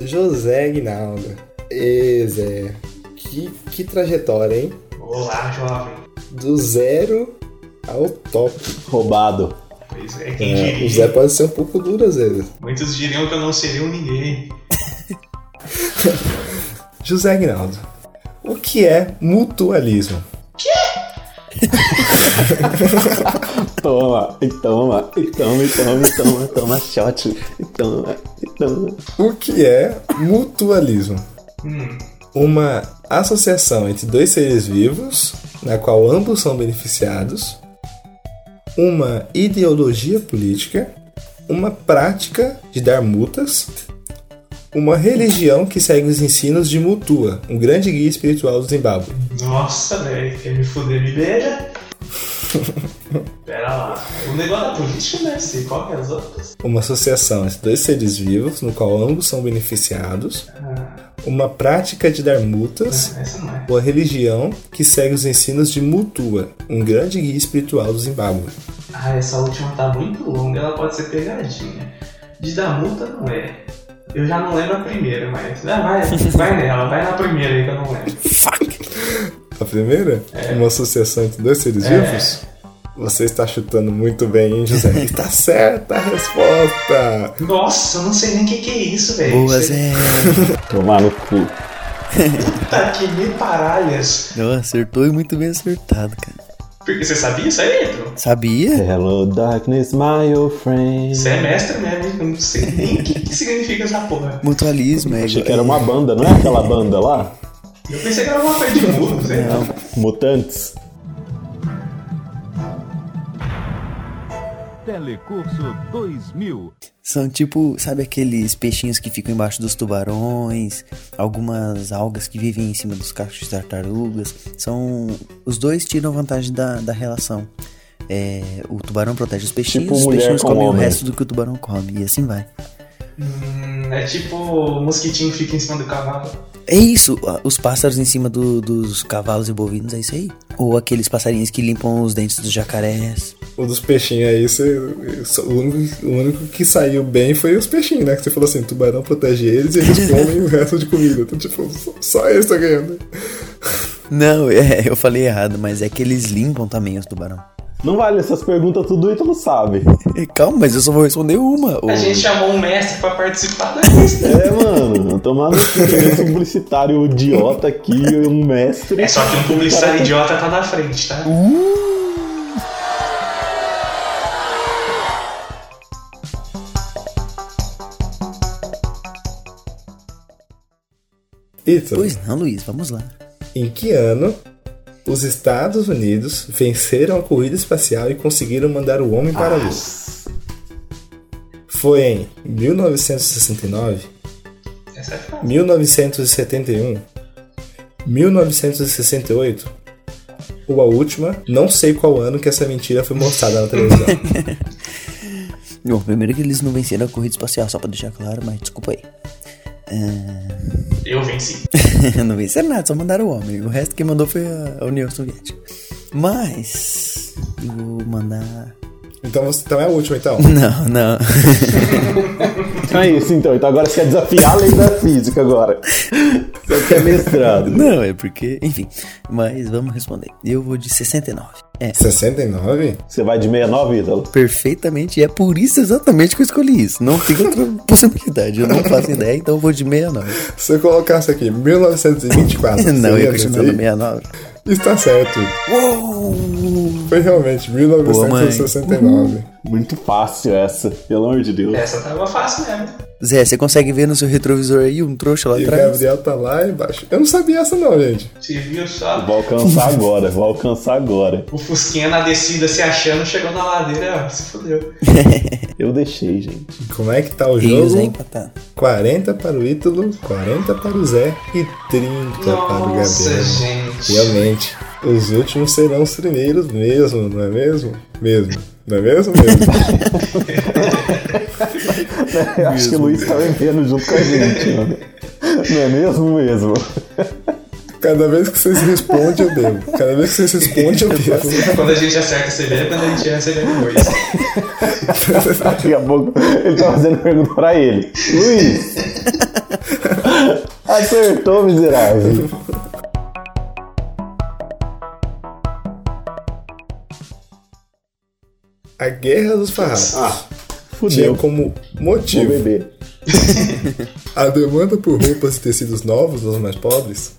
Speaker 6: José Guinaldo. Ê, Zé. Que, que trajetória, hein?
Speaker 8: Olá, jovem.
Speaker 6: Do zero ao top.
Speaker 7: Roubado.
Speaker 8: Pois é, quem
Speaker 6: É, o
Speaker 8: diria?
Speaker 6: Zé pode ser um pouco duro às vezes.
Speaker 8: Muitos diriam que eu não seria um ninguém.
Speaker 6: José Guinaldo. O que é mutualismo?
Speaker 7: Toma, e toma, e toma, e toma, e toma, [LAUGHS] toma shot. E toma, e toma.
Speaker 6: O que é mutualismo?
Speaker 8: Hum,
Speaker 6: Uma associação entre dois seres vivos, na qual ambos são beneficiados, uma ideologia política, uma prática de dar multas, uma religião que segue os ensinos de Mutua, um grande guia espiritual do Zimbábue.
Speaker 8: nossa, velho. Quer me fuder, me beija? lá. O negócio da política deve ser, qual que é as outras?
Speaker 6: Uma associação entre dois seres vivos, no qual ambos são beneficiados.
Speaker 8: Ah,
Speaker 6: Uma prática de dar multas.
Speaker 8: ah, essa não é.
Speaker 6: Ou a religião que segue os ensinos de Mutua, um grande guia espiritual do Zimbábue.
Speaker 8: Ah, essa última tá muito longa, ela pode ser pegadinha. De dar multa não é. Eu já não lembro a primeira, mas. Ah,
Speaker 9: [LAUGHS]
Speaker 8: vai, vai nela, vai na primeira aí que eu não lembro.
Speaker 6: A primeira? Uma associação entre dois seres
Speaker 8: É.
Speaker 6: vivos? Você está chutando muito bem, hein, José? está certa a resposta!
Speaker 8: Nossa, eu não sei nem o que, que é isso, velho.
Speaker 9: Boa,
Speaker 8: Você-
Speaker 9: Zé.
Speaker 7: Tomar no cu.
Speaker 8: Puta que tá me paralhas.
Speaker 9: Não, acertou e muito bem acertado, cara.
Speaker 8: Porque você sabia isso aí,
Speaker 9: Hum.
Speaker 8: Edu?
Speaker 9: Sabia?
Speaker 7: Hello, darkness, my old friend.
Speaker 8: Você é mestre mesmo, hein? Eu não sei nem o que, que significa essa porra.
Speaker 9: Mutualismo, é.
Speaker 7: Achei que era uma banda, não é aquela banda lá?
Speaker 8: Eu pensei que era alguma coisa de mundo, sei lá.
Speaker 7: Mutantes.
Speaker 5: Telecurso 2000.
Speaker 9: São tipo, sabe aqueles peixinhos que ficam embaixo dos tubarões, algumas algas que vivem em cima dos cachos de tartarugas. São. Os dois tiram vantagem da, da relação. É, o tubarão protege os peixinhos,
Speaker 7: Tipo
Speaker 9: os
Speaker 7: mulher
Speaker 9: peixinhos
Speaker 7: com
Speaker 9: comem o
Speaker 7: homem.
Speaker 9: resto do que o tubarão come, e assim vai.
Speaker 8: Hum, é tipo o mosquitinho fica em cima do cavalo.
Speaker 9: É isso, ah, os pássaros em cima do- dos cavalos e bovinos, é isso aí. Ou aqueles passarinhos que limpam os dentes dos jacarés.
Speaker 6: O dos peixinhos aí, você- só- o, único, o único que saiu bem foi os peixinhos, né? Que você falou assim, tubarão protege eles e eles comem o resto de comida. Então, tipo, só- só eles tá ganhando.
Speaker 9: Não, [LAUGHS] é, eu falei errado, mas é que eles limpam também os tubarão.
Speaker 7: Não vale essas perguntas, tudo Ítalo sabe.
Speaker 9: É, Calma, mas eu só vou responder uma. ô.
Speaker 8: A gente chamou um mestre pra participar da
Speaker 9: [LAUGHS]
Speaker 8: lista.
Speaker 7: É, mano, tomar no cu tem esse publicitário idiota aqui, um mestre.
Speaker 8: É só que um publicitário idiota tá na frente, tá?
Speaker 9: Hum.
Speaker 6: Ítalo,
Speaker 9: Pois não, Luiz, vamos lá.
Speaker 6: em que ano os Estados Unidos venceram a corrida espacial e conseguiram mandar o homem para a Lua? Foi em 1969,
Speaker 8: Essa é foda.
Speaker 6: 1971, 1968 ou a última, não sei qual ano que essa mentira foi mostrada na televisão.
Speaker 9: [LAUGHS] Bom, primeiro que eles não venceram a corrida espacial, só pra deixar claro, mas desculpa aí. [LAUGHS]
Speaker 8: Eu venci.
Speaker 9: não venceram nada, só mandaram o homem. O resto quem mandou foi a a União Soviética. Mas. Eu vou mandar. [LAUGHS]
Speaker 6: então, você, então é a última, então.
Speaker 9: Não, não. [LAUGHS]
Speaker 7: É isso então, então agora você quer desafiar a lei da física agora. Você quer mestrado.
Speaker 9: Não, é porque. Enfim. Mas vamos responder. Eu vou de 69. É.
Speaker 6: 69?
Speaker 7: Você vai de 69, Ítalo?
Speaker 9: Perfeitamente, é por isso exatamente que eu escolhi isso. Não tem outra [LAUGHS] possibilidade. Eu não faço ideia, então eu vou de 69.
Speaker 6: Se eu colocasse aqui 1924,
Speaker 9: [LAUGHS] não, eu
Speaker 6: seria
Speaker 9: ia continuar no
Speaker 6: desse aí?
Speaker 9: 69.
Speaker 6: Está certo.
Speaker 9: Uou!
Speaker 6: Foi realmente 1969.
Speaker 7: Muito fácil essa, pelo amor de Deus.
Speaker 8: Essa tava fácil mesmo.
Speaker 9: Zé, você consegue ver no seu retrovisor aí um trouxa lá
Speaker 6: e o
Speaker 9: atrás?
Speaker 6: Gabriel tá lá embaixo. Eu não sabia essa não, gente.
Speaker 8: Você viu só?
Speaker 7: Vou alcançar agora, vou alcançar agora.
Speaker 8: O Fusquinha na descida se achando, chegou na ladeira, ó, se fodeu.
Speaker 7: Eu deixei, gente.
Speaker 6: Como é que tá o
Speaker 9: E o
Speaker 6: jogo?
Speaker 9: Zé empatado.
Speaker 6: 40 para o Ítalo, 40 para o Zé e 30 para o
Speaker 8: Nossa,
Speaker 6: Gabriel.
Speaker 8: gente.
Speaker 6: Realmente, os últimos serão os primeiros mesmo, não é mesmo? Mesmo. Não é mesmo? mesmo.
Speaker 7: Eu acho que o Luiz tá vendendo junto com a gente, mano. Não é mesmo mesmo?
Speaker 6: Cada vez que vocês respondem, eu devo. Cada vez que vocês respondem, eu devo.
Speaker 8: Quando a gente acerta, você bebe, quando a gente erra, você bebe dois.
Speaker 7: Daqui a pouco ele tá fazendo pergunta pra ele. [LAUGHS] Luiz! Acertou, miserável.
Speaker 6: A Guerra dos Farrapos tinha
Speaker 7: Fudeu.
Speaker 6: como
Speaker 7: Vou
Speaker 6: motivo
Speaker 7: beber.
Speaker 6: a demanda por roupas e tecidos novos dos mais pobres,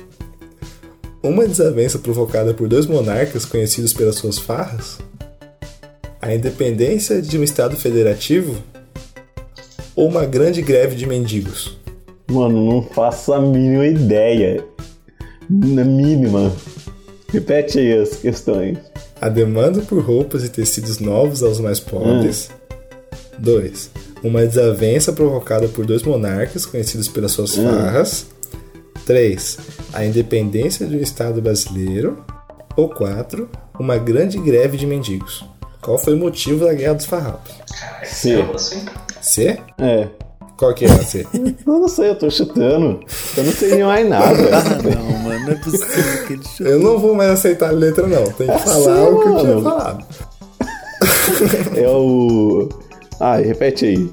Speaker 6: uma desavença provocada por dois monarcas conhecidos pelas suas farras, a independência de um Estado federativo ou uma grande greve de mendigos.
Speaker 7: Mano, não faço a mínima ideia. Na mínima. Repete aí as questões.
Speaker 6: A demanda por roupas e tecidos novos aos mais pobres. 2. Uma desavença provocada por dois monarcas conhecidos pelas suas farras. 3. A independência de um Estado brasileiro. Ou 4. Uma grande greve de mendigos. Qual foi o motivo da Guerra dos Farrapos?
Speaker 8: É,
Speaker 7: C.
Speaker 6: C?
Speaker 7: É.
Speaker 6: Qual que é a C?
Speaker 7: Eu não sei, eu tô chutando. Eu não sei nem mais nada.
Speaker 9: Ah, não, mano, não é possível que ele chute.
Speaker 6: Eu não vou mais aceitar a letra, não. Tem que
Speaker 7: É
Speaker 6: falar
Speaker 7: C,
Speaker 6: o que eu tinha
Speaker 7: mano.
Speaker 6: falado.
Speaker 7: É o. Ai, repete aí.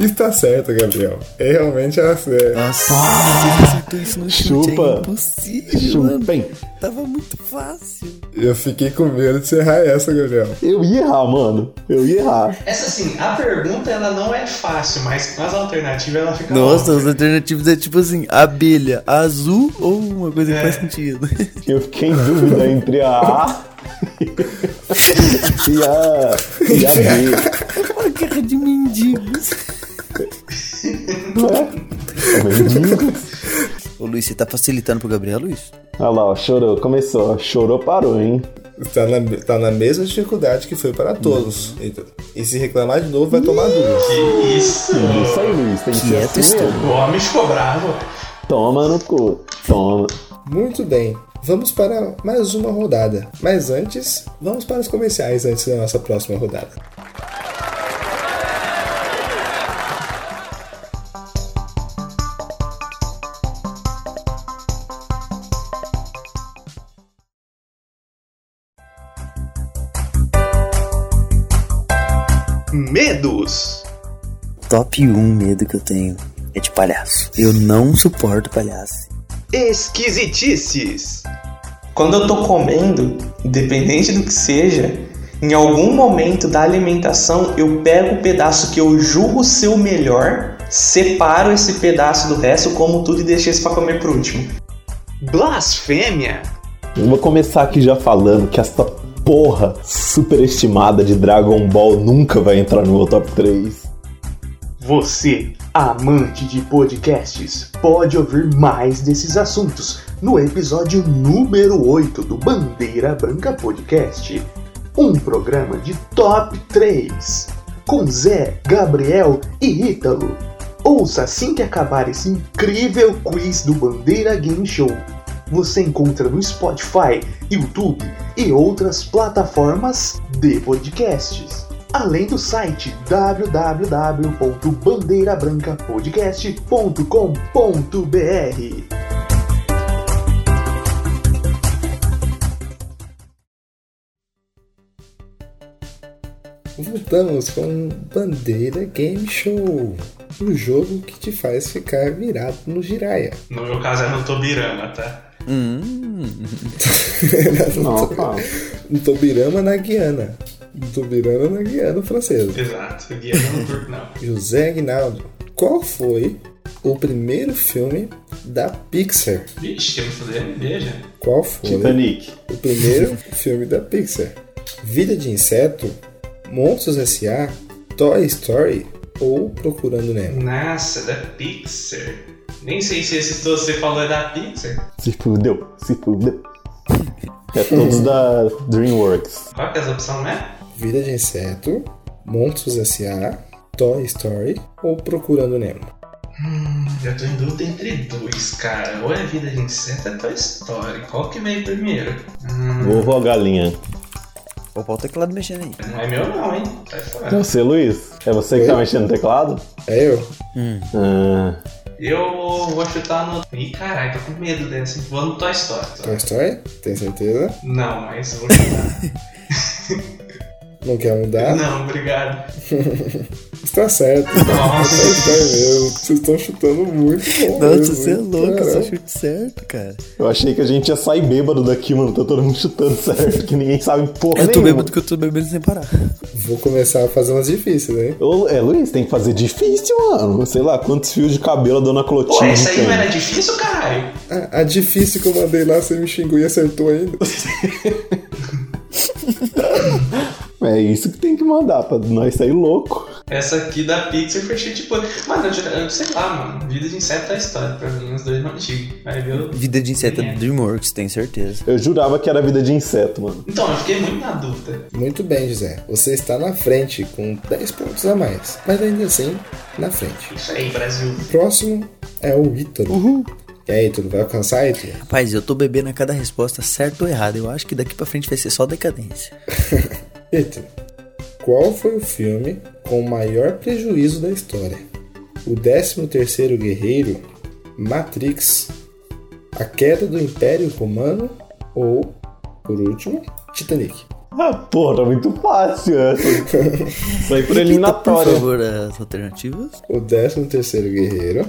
Speaker 6: E tá certo, Gabriel. É realmente a C.
Speaker 9: Nossa, você acertou isso no chute,
Speaker 7: Chupa.
Speaker 9: é impossível, mano.
Speaker 7: Chupem.
Speaker 9: Tava muito fácil.
Speaker 6: Eu fiquei com medo de você errar essa, Gabriel.
Speaker 7: Eu ia errar, mano. Eu ia errar.
Speaker 8: Essa sim, a pergunta ela não é fácil, mas com as alternativas ela fica
Speaker 9: Nossa,
Speaker 8: óbvia.
Speaker 9: as alternativas é tipo assim, abelha azul ou uma coisa que
Speaker 8: É.
Speaker 9: faz sentido. [LAUGHS]
Speaker 7: Eu fiquei em dúvida entre a A [LAUGHS] e a, e a B.
Speaker 9: Uma guerra de mendigos. Ô Luiz, você tá facilitando pro Gabriel, Luiz?
Speaker 7: Olha lá, ó, chorou. Começou. ó. Chorou, parou, hein?
Speaker 6: Tá na, tá na mesma dificuldade que foi para todos. Então, E, e se reclamar de novo, vai tomar duas.
Speaker 8: Que isso?
Speaker 7: Isso aí, Luiz. Tem que ser
Speaker 9: Quieto
Speaker 7: assim
Speaker 9: estou.
Speaker 7: mesmo.
Speaker 8: O homem ficou bravo.
Speaker 7: Toma no cu. Toma.
Speaker 6: Muito bem. Vamos para mais uma rodada. Mas antes, vamos para os comerciais antes da nossa próxima rodada.
Speaker 8: Medos.
Speaker 9: Top 1 medo que eu tenho é de palhaço. Eu não suporto palhaço.
Speaker 8: Esquisitices. Quando eu tô comendo, independente do que seja, em algum momento da alimentação eu pego o pedaço que eu julgo ser o melhor, separo esse pedaço do resto, como tudo e deixo esse pra comer por último. Blasfêmia.
Speaker 7: Eu vou começar aqui já falando que essa porra superestimada de Dragon Ball nunca vai entrar no meu top 3.
Speaker 1: Você, amante de podcasts, pode ouvir mais desses assuntos no episódio número 8 do Bandeira Branca Podcast. Um programa de top 3 com Zé, Gabriel e Ítalo. Ouça assim que acabar esse incrível quiz do Bandeira Game Show. Você encontra no Spotify, YouTube e outras plataformas de podcasts além do site www.bandeirabrancapodcast.com.br.
Speaker 6: Voltamos com Bandeira Game Show. O jogo que te faz ficar virado no giraia.
Speaker 8: No meu caso é no Tobirama, tá?
Speaker 9: Hum.
Speaker 7: Nossa.
Speaker 6: No Um Tobirama na Guiana. No Tobirama na Guiana francesa.
Speaker 8: Exato. Guia não turco, não.
Speaker 6: José Aguinaldo, qual foi o primeiro filme da Pixar?
Speaker 8: Vixe, quer me foder? Veja.
Speaker 6: Qual foi
Speaker 7: Titanic.
Speaker 6: o primeiro [LAUGHS] filme da Pixar? Vida de Inseto? Monstros S.A.? Toy Story? Ou Procurando Nemo?
Speaker 8: Nossa, é da Pixar. Nem sei se esse que você falou é da Pixar.
Speaker 7: Se fudeu. Se fudeu. É todos da DreamWorks.
Speaker 8: Qual que é essa opção, né?
Speaker 6: Vida de Inseto? Monstros S.A.? Toy Story? Ou Procurando Nemo?
Speaker 8: Eu tô em dúvida entre dois, cara. Ou é Vida de Inseto ou é Toy Story. Qual que veio primeiro? Hum,
Speaker 7: Ovo ou galinha?
Speaker 9: Opa, o teclado mexendo aí.
Speaker 8: não é meu não, hein? Sai
Speaker 7: É
Speaker 8: fora.
Speaker 7: você, Luiz? É você que tá mexendo no teclado?
Speaker 6: É eu?
Speaker 7: Ah,
Speaker 8: Eu vou chutar no... Ih, caralho, tô com medo assim, dessa. hein? Vou no Toy Story.
Speaker 6: Toy Story? Tem certeza?
Speaker 8: Não, mas vou chutar.
Speaker 6: Não quer mudar?
Speaker 8: não, obrigado.
Speaker 6: Está certo.
Speaker 8: Nossa.
Speaker 6: Toy Story mesmo. Vocês estão chutando muito bom
Speaker 9: Nossa,
Speaker 6: mesmo,
Speaker 9: você é
Speaker 6: hein?
Speaker 9: louco,
Speaker 6: Caramba.
Speaker 9: só chute certo, cara.
Speaker 7: eu achei que a gente ia sair bêbado daqui, mano. Tá todo mundo chutando certo, que ninguém sabe porra
Speaker 9: Eu tô
Speaker 7: nenhuma.
Speaker 9: bebendo que eu tô bebendo sem parar.
Speaker 6: Vou começar a fazer umas difíceis, hein?
Speaker 7: Ô, é, Luiz, tem que fazer difícil, mano. Sei lá, quantos fios de cabelo a dona
Speaker 8: Pô,
Speaker 7: Clotilde
Speaker 8: essa aí não
Speaker 7: tem.
Speaker 8: era difícil, caralho?
Speaker 6: Ah, A, a difícil que eu mandei lá, você me xingou e acertou ainda.
Speaker 7: É isso que tem que mandar pra nós sair louco.
Speaker 8: Essa aqui da Pixar foi cheia de pano. Mano, eu, juro- eu sei lá, mano. Vida de inseto é história. Pra mim, os dois não antigos. Aí eu.
Speaker 9: Vida de inseto
Speaker 8: é
Speaker 9: é do Dreamworks, tenho certeza.
Speaker 7: Eu jurava que era vida de inseto, mano.
Speaker 8: Então, eu fiquei muito na dúvida.
Speaker 6: Muito bem, José. Você está na frente com 10 pontos a mais, mas ainda assim, na frente.
Speaker 8: Isso aí, Brasil.
Speaker 6: O próximo é o Ítalo. E aí, tu não vai alcançar, Edir?
Speaker 9: Rapaz, eu tô bebendo a cada resposta certa ou errada. Eu acho que daqui pra frente vai ser só decadência.
Speaker 6: Edir, qual foi o filme com o maior prejuízo da história? O 13º Guerreiro, Matrix, A Queda do Império Romano ou, por último, Titanic?
Speaker 7: Ah, porra, tá muito fácil [LAUGHS] essa. Isso aí por
Speaker 9: Por
Speaker 7: eliminatória.
Speaker 9: favor, as alternativas.
Speaker 6: O 13º Guerreiro,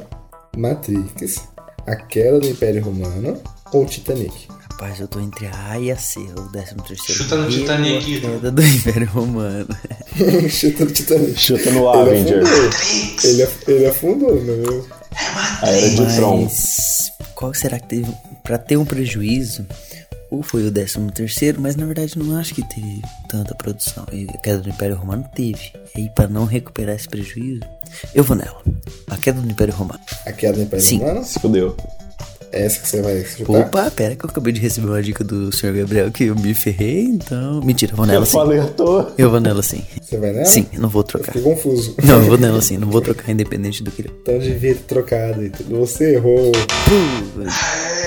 Speaker 6: Matrix, A Queda do Império Romano ou Titanic?
Speaker 9: Rapaz, eu tô entre a A e a C, o 13 terceiro.
Speaker 8: Chuta no Titanic,
Speaker 9: A
Speaker 8: Guido.
Speaker 9: queda do Império Romano.
Speaker 6: [LAUGHS]
Speaker 9: [LAUGHS]
Speaker 6: Chuta no Titanic.
Speaker 7: Chuta no
Speaker 6: Ele
Speaker 7: Avenger.
Speaker 6: afundou. Ele, af- ele afundou, meu.
Speaker 7: A era de Tron.
Speaker 9: Mas qual será que teve? Pra ter um prejuízo, ou foi o 13 terceiro, mas na verdade não acho que teve tanta produção. E a queda do Império Romano teve. E aí, pra não recuperar esse prejuízo, eu vou nela. A queda do Império Romano.
Speaker 6: A Queda do Império
Speaker 9: Sim.
Speaker 6: Romano?
Speaker 7: Se fudeu.
Speaker 6: É essa que você vai chutar?
Speaker 9: Opa, pera que eu acabei de receber uma dica do senhor Gabriel que eu me ferrei, então. Mentira, eu vou nela
Speaker 7: Eu
Speaker 9: sim.
Speaker 7: falei à toa.
Speaker 9: Eu vou nela sim.
Speaker 6: Você vai nela?
Speaker 9: Sim, não vou
Speaker 6: É? Eu
Speaker 9: trocar.
Speaker 6: fiquei confuso.
Speaker 9: Não, eu vou nela sim, não vou trocar independente do que ele.
Speaker 6: Então devia ter trocado. Ítalo. Você errou.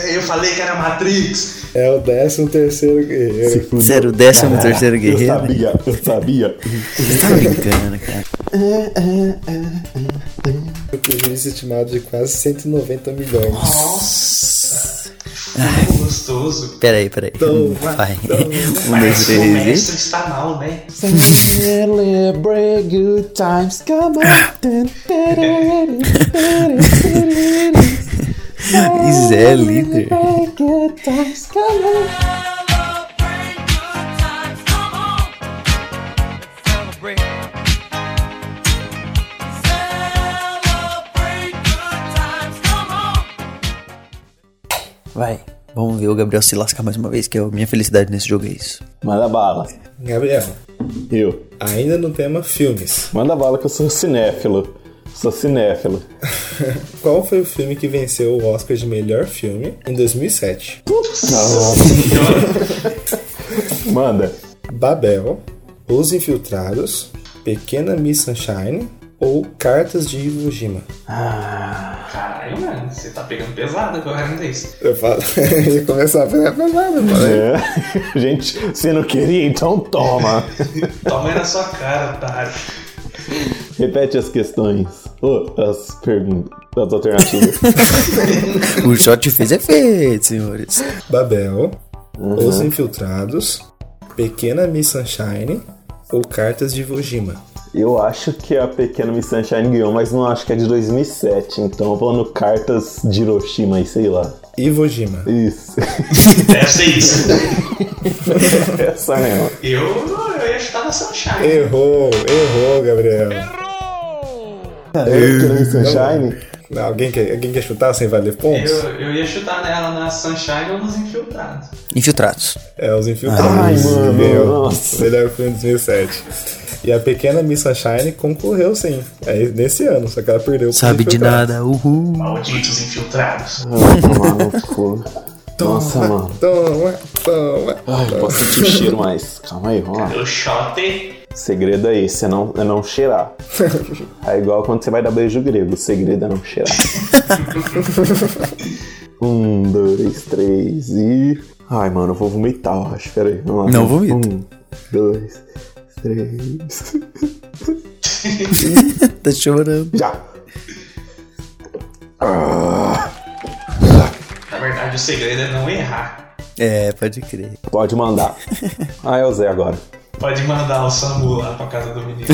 Speaker 8: É, Eu falei que era Matrix.
Speaker 6: É o 13 terceiro
Speaker 7: Se
Speaker 6: guerreiro.
Speaker 7: fudeu.
Speaker 9: Zero décimo terceiro
Speaker 7: Eu
Speaker 9: guerreiro.
Speaker 7: sabia, eu sabia.
Speaker 9: Você tá brincando, cara.
Speaker 6: O prejuízo estimado de quase 190 milhões.
Speaker 8: Nossa. Gostoso.
Speaker 9: Pera aí, pera aí. Hum, Vai. [LAUGHS] Um, dois,
Speaker 8: Parece que o
Speaker 9: três
Speaker 8: mestre está mal, né?
Speaker 7: Celebrate good times, come
Speaker 9: e. Zé líder. Vai. Vamos ver o Gabriel se lascar mais uma vez, que é a minha felicidade nesse jogo é isso.
Speaker 7: Manda bala.
Speaker 6: Gabriel,
Speaker 7: Eu.
Speaker 6: ainda no tema filmes.
Speaker 7: Manda bala que eu sou cinéfilo. Sou cinéfilo.
Speaker 6: Qual foi o filme que venceu o Oscar de melhor filme em 2007?
Speaker 7: Manda.
Speaker 6: Babel, Os Infiltrados, Pequena Miss Sunshine ou Cartas de Iwo Jima?
Speaker 8: Caralho, mano, você tá pegando pesado agora, não é isso?
Speaker 6: Eu falo, [LAUGHS] eu ia começar a né? falar, mas vai, meu pai.
Speaker 7: É. [LAUGHS] Gente, você não queria, então toma.
Speaker 8: Toma aí na sua cara, otário.
Speaker 7: Repete as questões. Ô, as perguntas. As alternativas.
Speaker 9: O shot fez efeito, senhores.
Speaker 6: Babel, Os Infiltrados, Pequena Miss Sunshine ou Cartas de Iwo Jima?
Speaker 7: Eu acho que a Pequena Miss Sunshine ganhou, mas não acho que é de 2007. Então eu vou no Cartas de Hiroshima e sei lá.
Speaker 6: Iwo Jima.
Speaker 7: Isso. [LAUGHS]
Speaker 8: Deve ser isso.
Speaker 7: Essa mesmo.
Speaker 8: Eu, eu ia chutar na Sunshine.
Speaker 6: Errou, errou, Gabriel.
Speaker 7: É, Pequena Miss Sunshine?
Speaker 6: Não, alguém, quer, alguém quer chutar sem valer pontos?
Speaker 8: Eu, eu ia chutar nela na Sunshine ou nos Infiltrados.
Speaker 9: Infiltrados.
Speaker 6: É, Os Infiltrados.
Speaker 7: Ai, mano,
Speaker 6: Meu,
Speaker 7: nossa.
Speaker 6: Melhor filme de 2007. E a pequena Miss Sunshine concorreu sim, é nesse ano, só que ela perdeu pro
Speaker 9: Sabe de
Speaker 6: Infiltrados.
Speaker 9: nada, uhul.
Speaker 8: Malditos Infiltrados.
Speaker 7: Ah, tomar no cu. Nossa, mano.
Speaker 6: Toma, toma.
Speaker 7: Ai, posso sentir o cheiro mais. Calma aí, vamos lá.
Speaker 8: Eu chotei.
Speaker 7: O segredo é esse, é não, é
Speaker 6: [LAUGHS]
Speaker 7: não cheirar. É igual quando você vai dar beijo grego, o segredo é
Speaker 6: [LAUGHS]
Speaker 7: não cheirar. um, dois, três e. Ai, mano, eu vou vomitar, eu acho. Pera aí, vamos lá.
Speaker 9: Não vomita.
Speaker 7: Um, dois, três.
Speaker 9: Tá chorando.
Speaker 7: Já! Ah,
Speaker 8: Na verdade, o segredo é não errar.
Speaker 9: É, pode crer.
Speaker 6: [LAUGHS]
Speaker 7: pode mandar. Ah, é o Zé agora.
Speaker 8: Pode mandar o Samu lá pra casa do menino.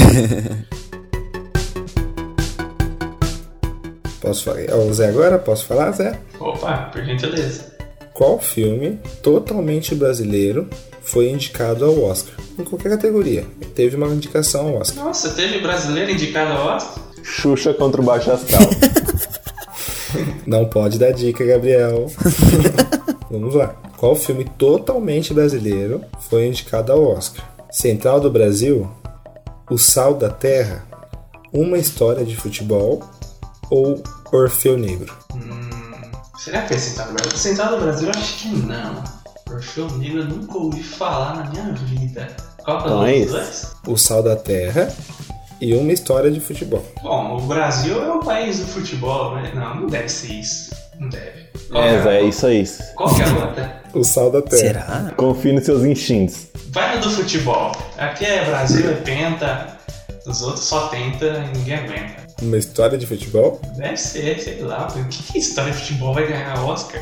Speaker 6: Posso falar? É o Zé agora? Posso falar, Zé?
Speaker 8: Opa, por gentileza.
Speaker 6: Qual filme totalmente brasileiro foi indicado ao Oscar? Em qualquer categoria. Teve uma indicação ao Oscar.
Speaker 8: Nossa, teve brasileiro indicado ao Oscar?
Speaker 7: Xuxa contra o
Speaker 6: [LAUGHS]
Speaker 7: Baixo Astral.
Speaker 6: Não pode dar dica, Gabriel. Vamos lá. Qual filme totalmente brasileiro foi indicado ao Oscar? Central do Brasil? O Sal da Terra? Uma História de Futebol? Ou Orfeu Negro?
Speaker 8: Será que é Central do Brasil? Central do Brasil, eu acho que não. Orfeu Negro eu nunca ouvi falar na minha vida. Qual que é o
Speaker 7: Então
Speaker 8: nome dos
Speaker 7: é isso.
Speaker 8: dois?
Speaker 6: O Sal da Terra e Uma História de Futebol.
Speaker 8: Bom, o Brasil é o país do futebol, né? Não, não deve ser isso. Não deve.
Speaker 7: É, é isso aí.
Speaker 8: Qual que é a conta?
Speaker 6: O sal da terra.
Speaker 9: Será?
Speaker 7: Confie nos seus instintos.
Speaker 8: Vai no do futebol. Aqui é Brasil, é penta. Os outros só tenta e ninguém aguenta.
Speaker 6: Uma história de futebol?
Speaker 8: Deve ser, sei lá. O que, que história de futebol vai ganhar Oscar?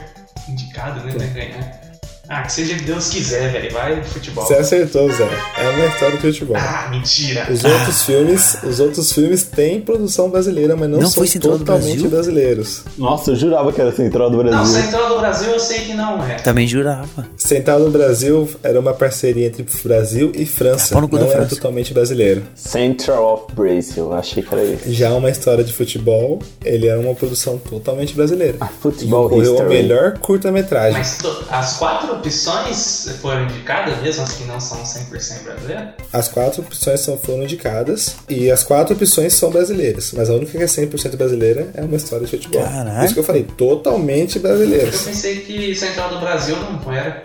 Speaker 8: Indicado, né? Vai ganhar. Ah, que seja que Deus quiser, velho. Vai no futebol.
Speaker 6: Você acertou, Zé. É uma história de futebol.
Speaker 8: Ah, mentira.
Speaker 6: Os outros filmes, os outros filmes têm produção brasileira, mas não,
Speaker 9: Não
Speaker 6: são
Speaker 9: foi Central do
Speaker 6: totalmente
Speaker 9: Brasil?
Speaker 6: brasileiros.
Speaker 7: Nossa, eu jurava que era Central do
Speaker 8: Não,
Speaker 7: Brasil.
Speaker 8: Central do Brasil eu sei que não é.
Speaker 9: Também jurava.
Speaker 6: Central do Brasil era uma parceria entre Brasil e França,
Speaker 9: Pau no cu
Speaker 6: não
Speaker 9: da
Speaker 6: era
Speaker 9: França.
Speaker 6: totalmente brasileiro.
Speaker 7: Central of Brazil, achei que era isso.
Speaker 6: Já uma história de futebol, ele era uma produção totalmente brasileira.
Speaker 9: Ah,
Speaker 7: A
Speaker 6: E
Speaker 7: Football
Speaker 6: ocorreu a
Speaker 7: Ah, History.
Speaker 6: melhor curta-metragem.
Speaker 8: Mas to- as quatro opções foram indicadas, mesmo as que não são 100% brasileiras?
Speaker 6: As quatro opções são, foram indicadas e as quatro opções são brasileiras, mas a única que é 100% brasileira é uma história de futebol.
Speaker 9: Caraca.
Speaker 6: Por isso que eu falei, totalmente
Speaker 8: Eu
Speaker 6: brasileiros.
Speaker 8: pensei que Central do Brasil não era.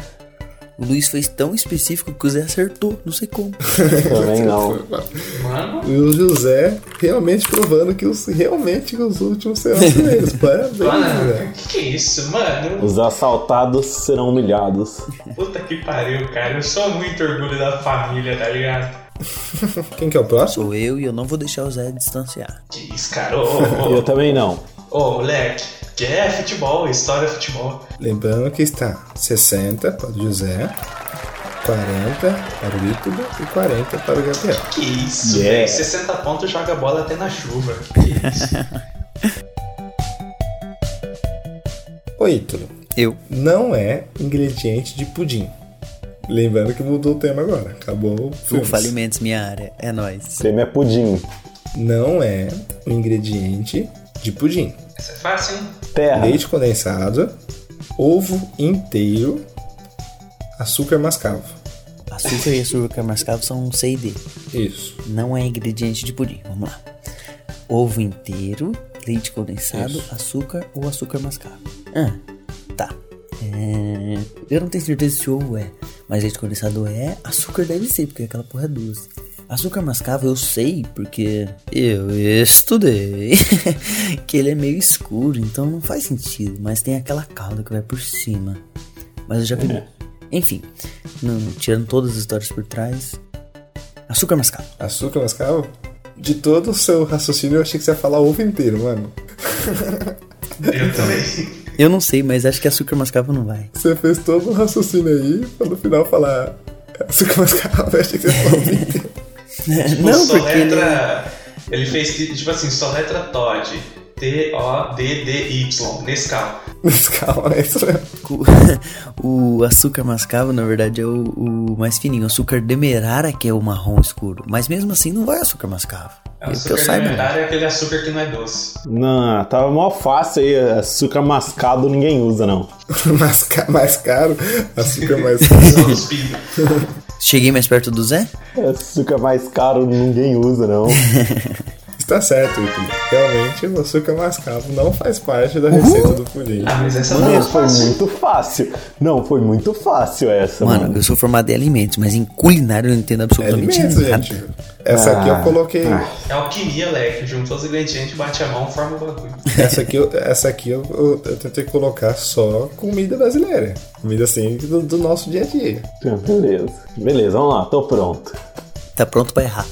Speaker 9: O Luiz fez tão específico que o Zé acertou. Não sei como.
Speaker 7: Também não.
Speaker 8: Mano,
Speaker 6: E o José realmente provando que os, realmente os últimos serão os primeiros. Parabéns, José.
Speaker 8: mano, que que é isso, mano?
Speaker 7: Os assaltados serão humilhados.
Speaker 8: Puta que pariu, cara. Eu sou muito orgulho da família, tá ligado?
Speaker 6: Quem que é o próximo?
Speaker 9: Sou eu e eu não vou deixar o Zé distanciar.
Speaker 8: Que isso, cara. Ô, ô,
Speaker 7: [LAUGHS] Eu também não.
Speaker 8: ô, ô, moleque. Que é futebol, história é futebol.
Speaker 6: Lembrando que está 60 para o José, 40 para o Ítalo e 40 para o Gabriel.
Speaker 8: Que isso,
Speaker 7: Yeah.
Speaker 8: velho. 60 pontos joga bola até na chuva. Que isso.
Speaker 6: Ô Ítalo,
Speaker 9: Eu.
Speaker 6: não é ingrediente de pudim. Lembrando que mudou o tema agora. Acabou o
Speaker 9: O
Speaker 6: filme.
Speaker 9: Falimentos, minha área. É nóis.
Speaker 7: O prêmio é pudim.
Speaker 6: Não é um ingrediente de pudim.
Speaker 8: Essa é fácil, hein?
Speaker 7: Terra.
Speaker 6: Leite condensado, ovo inteiro, açúcar mascavo.
Speaker 9: Açúcar e açúcar mascavo são um C e D.
Speaker 6: Isso.
Speaker 9: Não é ingrediente de pudim. Vamos lá. Ovo inteiro, leite condensado,
Speaker 6: Isso.
Speaker 9: açúcar ou açúcar mascavo. Ah, tá. É, Eu não tenho certeza se ovo é, mas leite condensado é, açúcar deve ser, porque aquela porra é doce. Açúcar mascavo eu sei, porque eu estudei [LAUGHS] que ele é meio escuro, então não faz sentido, mas tem aquela calda que vai por cima. Mas eu já vi. Enfim, não- tirando todas as histórias por trás. Açúcar mascavo.
Speaker 6: Açúcar mascavo? De todo o seu raciocínio, eu achei que você ia falar ovo inteiro, mano.
Speaker 8: Eu [LAUGHS] também.
Speaker 9: Eu não sei, mas acho que açúcar mascavo não vai.
Speaker 6: Você fez todo o raciocínio aí, pra no final falar "É açúcar mascavo. Eu achei que você ia falar ovo inteiro. [LAUGHS]
Speaker 8: Tipo,
Speaker 9: [LAUGHS] não, porque ele é
Speaker 8: soletra. Ele... fez que- tipo assim, soletra Todd. T-O-D-D-Y. Nescau.
Speaker 6: Mas calma, [LAUGHS] é isso mesmo.
Speaker 9: [LAUGHS] o, o açúcar mascavo, na verdade, é o, o mais fininho. O açúcar demerara, que é o marrom escuro. Mas mesmo assim, não vai açúcar mascavo.
Speaker 8: É o
Speaker 9: Eu- que eu
Speaker 8: açúcar
Speaker 9: saiba.
Speaker 8: alimentar é aquele açúcar que não é doce.
Speaker 7: Não, tava mó fácil aí. É Açúcar mascado ninguém usa, não.
Speaker 6: Mais, ca- é mais caro, açúcar mais
Speaker 7: [LAUGHS]
Speaker 8: Só dos pingos.
Speaker 9: Cheguei mais perto do Zé?
Speaker 7: É Açúcar mais caro ninguém usa, não.
Speaker 6: Está certo, Ítalo. Realmente, o açúcar mascavo não faz parte da receita do pudim.
Speaker 8: Ah, mas essa não
Speaker 7: Mano,
Speaker 8: é
Speaker 7: foi
Speaker 8: fácil.
Speaker 7: muito fácil. Não, foi muito fácil essa,
Speaker 9: Mano,
Speaker 7: mano.
Speaker 9: eu sou formado em alimentos, mas em culinária eu não entendo
Speaker 6: É
Speaker 9: absolutamente
Speaker 6: imenso,
Speaker 9: nada.
Speaker 6: gente. Essa aqui eu
Speaker 7: Ah,
Speaker 6: coloquei.
Speaker 8: É alquimia, leque. Juntou os ingredientes, bate a mão, forma o bagulho.
Speaker 6: Essa aqui, eu, essa aqui eu, eu- eu tentei colocar só comida brasileira. Comida assim do, do nosso dia a dia.
Speaker 7: Beleza. Beleza, vamos lá, tô pronto.
Speaker 9: Tá pronto pra errar.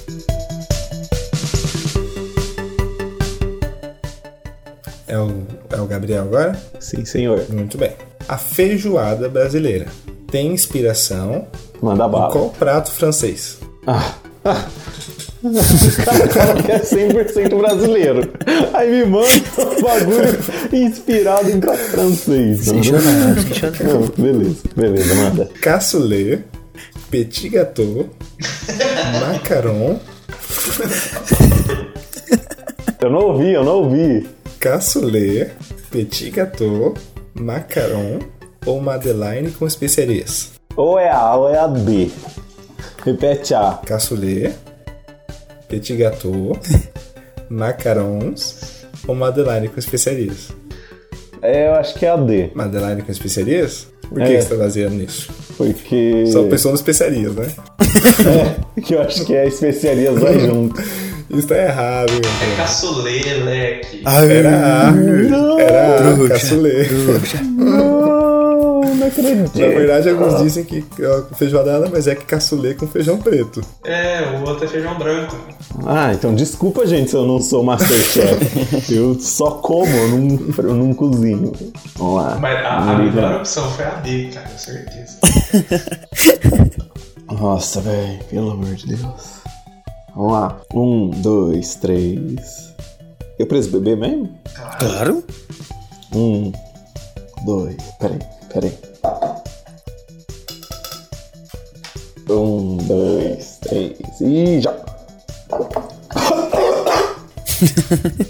Speaker 6: É o, é o Gabriel agora?
Speaker 7: Sim, senhor.
Speaker 6: Muito bem. A feijoada brasileira tem inspiração
Speaker 7: Manda
Speaker 6: em
Speaker 7: bala.
Speaker 6: qual prato francês?
Speaker 7: Cara, o cara que é 100% brasileiro. Aí me manda um bagulho inspirado em prato francês.
Speaker 9: Sem
Speaker 7: mano.
Speaker 9: chorar, sem chorar.
Speaker 7: né? Não, beleza, beleza, manda.
Speaker 6: Cassoulet, petit
Speaker 7: [LAUGHS]
Speaker 6: gâteau, macaron,
Speaker 7: Eu não ouvi, eu não ouvi.
Speaker 6: cassoulet, petit gâteau, macaron ou madeleine com especiarias?
Speaker 7: Ou é A ou é a B. Repete A.
Speaker 6: Cassoulet, petit
Speaker 7: [LAUGHS]
Speaker 6: gâteau, macarons ou madeleine com especiarias?
Speaker 7: É, eu acho que é a D.
Speaker 6: Madeleine com especiarias? Por que,
Speaker 7: É.
Speaker 6: que você tá baseando nisso?
Speaker 7: Porque.
Speaker 6: Só pensou nas especiarias, né?
Speaker 7: É, que eu acho que é especiarias vai junto.
Speaker 6: Isso tá errado, meu.
Speaker 8: É caçulê, leque.
Speaker 6: Ah, era A. Era A,
Speaker 9: Trouxa,
Speaker 6: caçulê.
Speaker 9: trouxa.
Speaker 6: Não, não
Speaker 7: acredito.
Speaker 6: Na verdade, alguns dizem que é feijoada, mas é que caçulê com feijão preto.
Speaker 8: É, o outro é feijão branco.
Speaker 7: Ah, então desculpa, gente, se eu não sou Masterchef. eu só como, eu não, eu não cozinho. Vamos lá.
Speaker 8: Mas a, a
Speaker 7: Murilo.
Speaker 8: melhor opção foi a B, cara, com certeza.
Speaker 7: Nossa, velho, pelo amor de Deus. Vamos lá. Um, dois, três. Eu preciso beber mesmo?
Speaker 9: [LAUGHS] Claro.
Speaker 7: Um, dois. Peraí, peraí. Um, dois, três e já.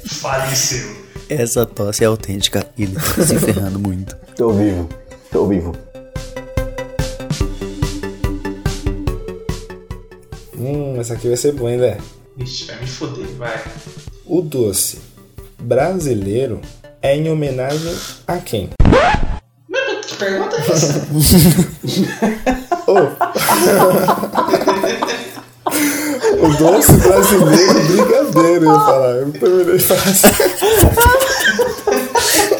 Speaker 8: Faleceu.
Speaker 9: Essa tosse é autêntica e ele tá se ferrando muito.
Speaker 7: Tô vivo, tô vivo.
Speaker 6: Hum, essa aqui vai ser boa, hein, velho?
Speaker 8: Ixi, vai me foder, vai.
Speaker 6: O doce brasileiro é em homenagem a quem?
Speaker 8: Mas que pergunta é
Speaker 6: [LAUGHS]
Speaker 8: essa?
Speaker 6: O doce brasileiro brigadeiro, eu ia falar. Eu terminei de falar assim.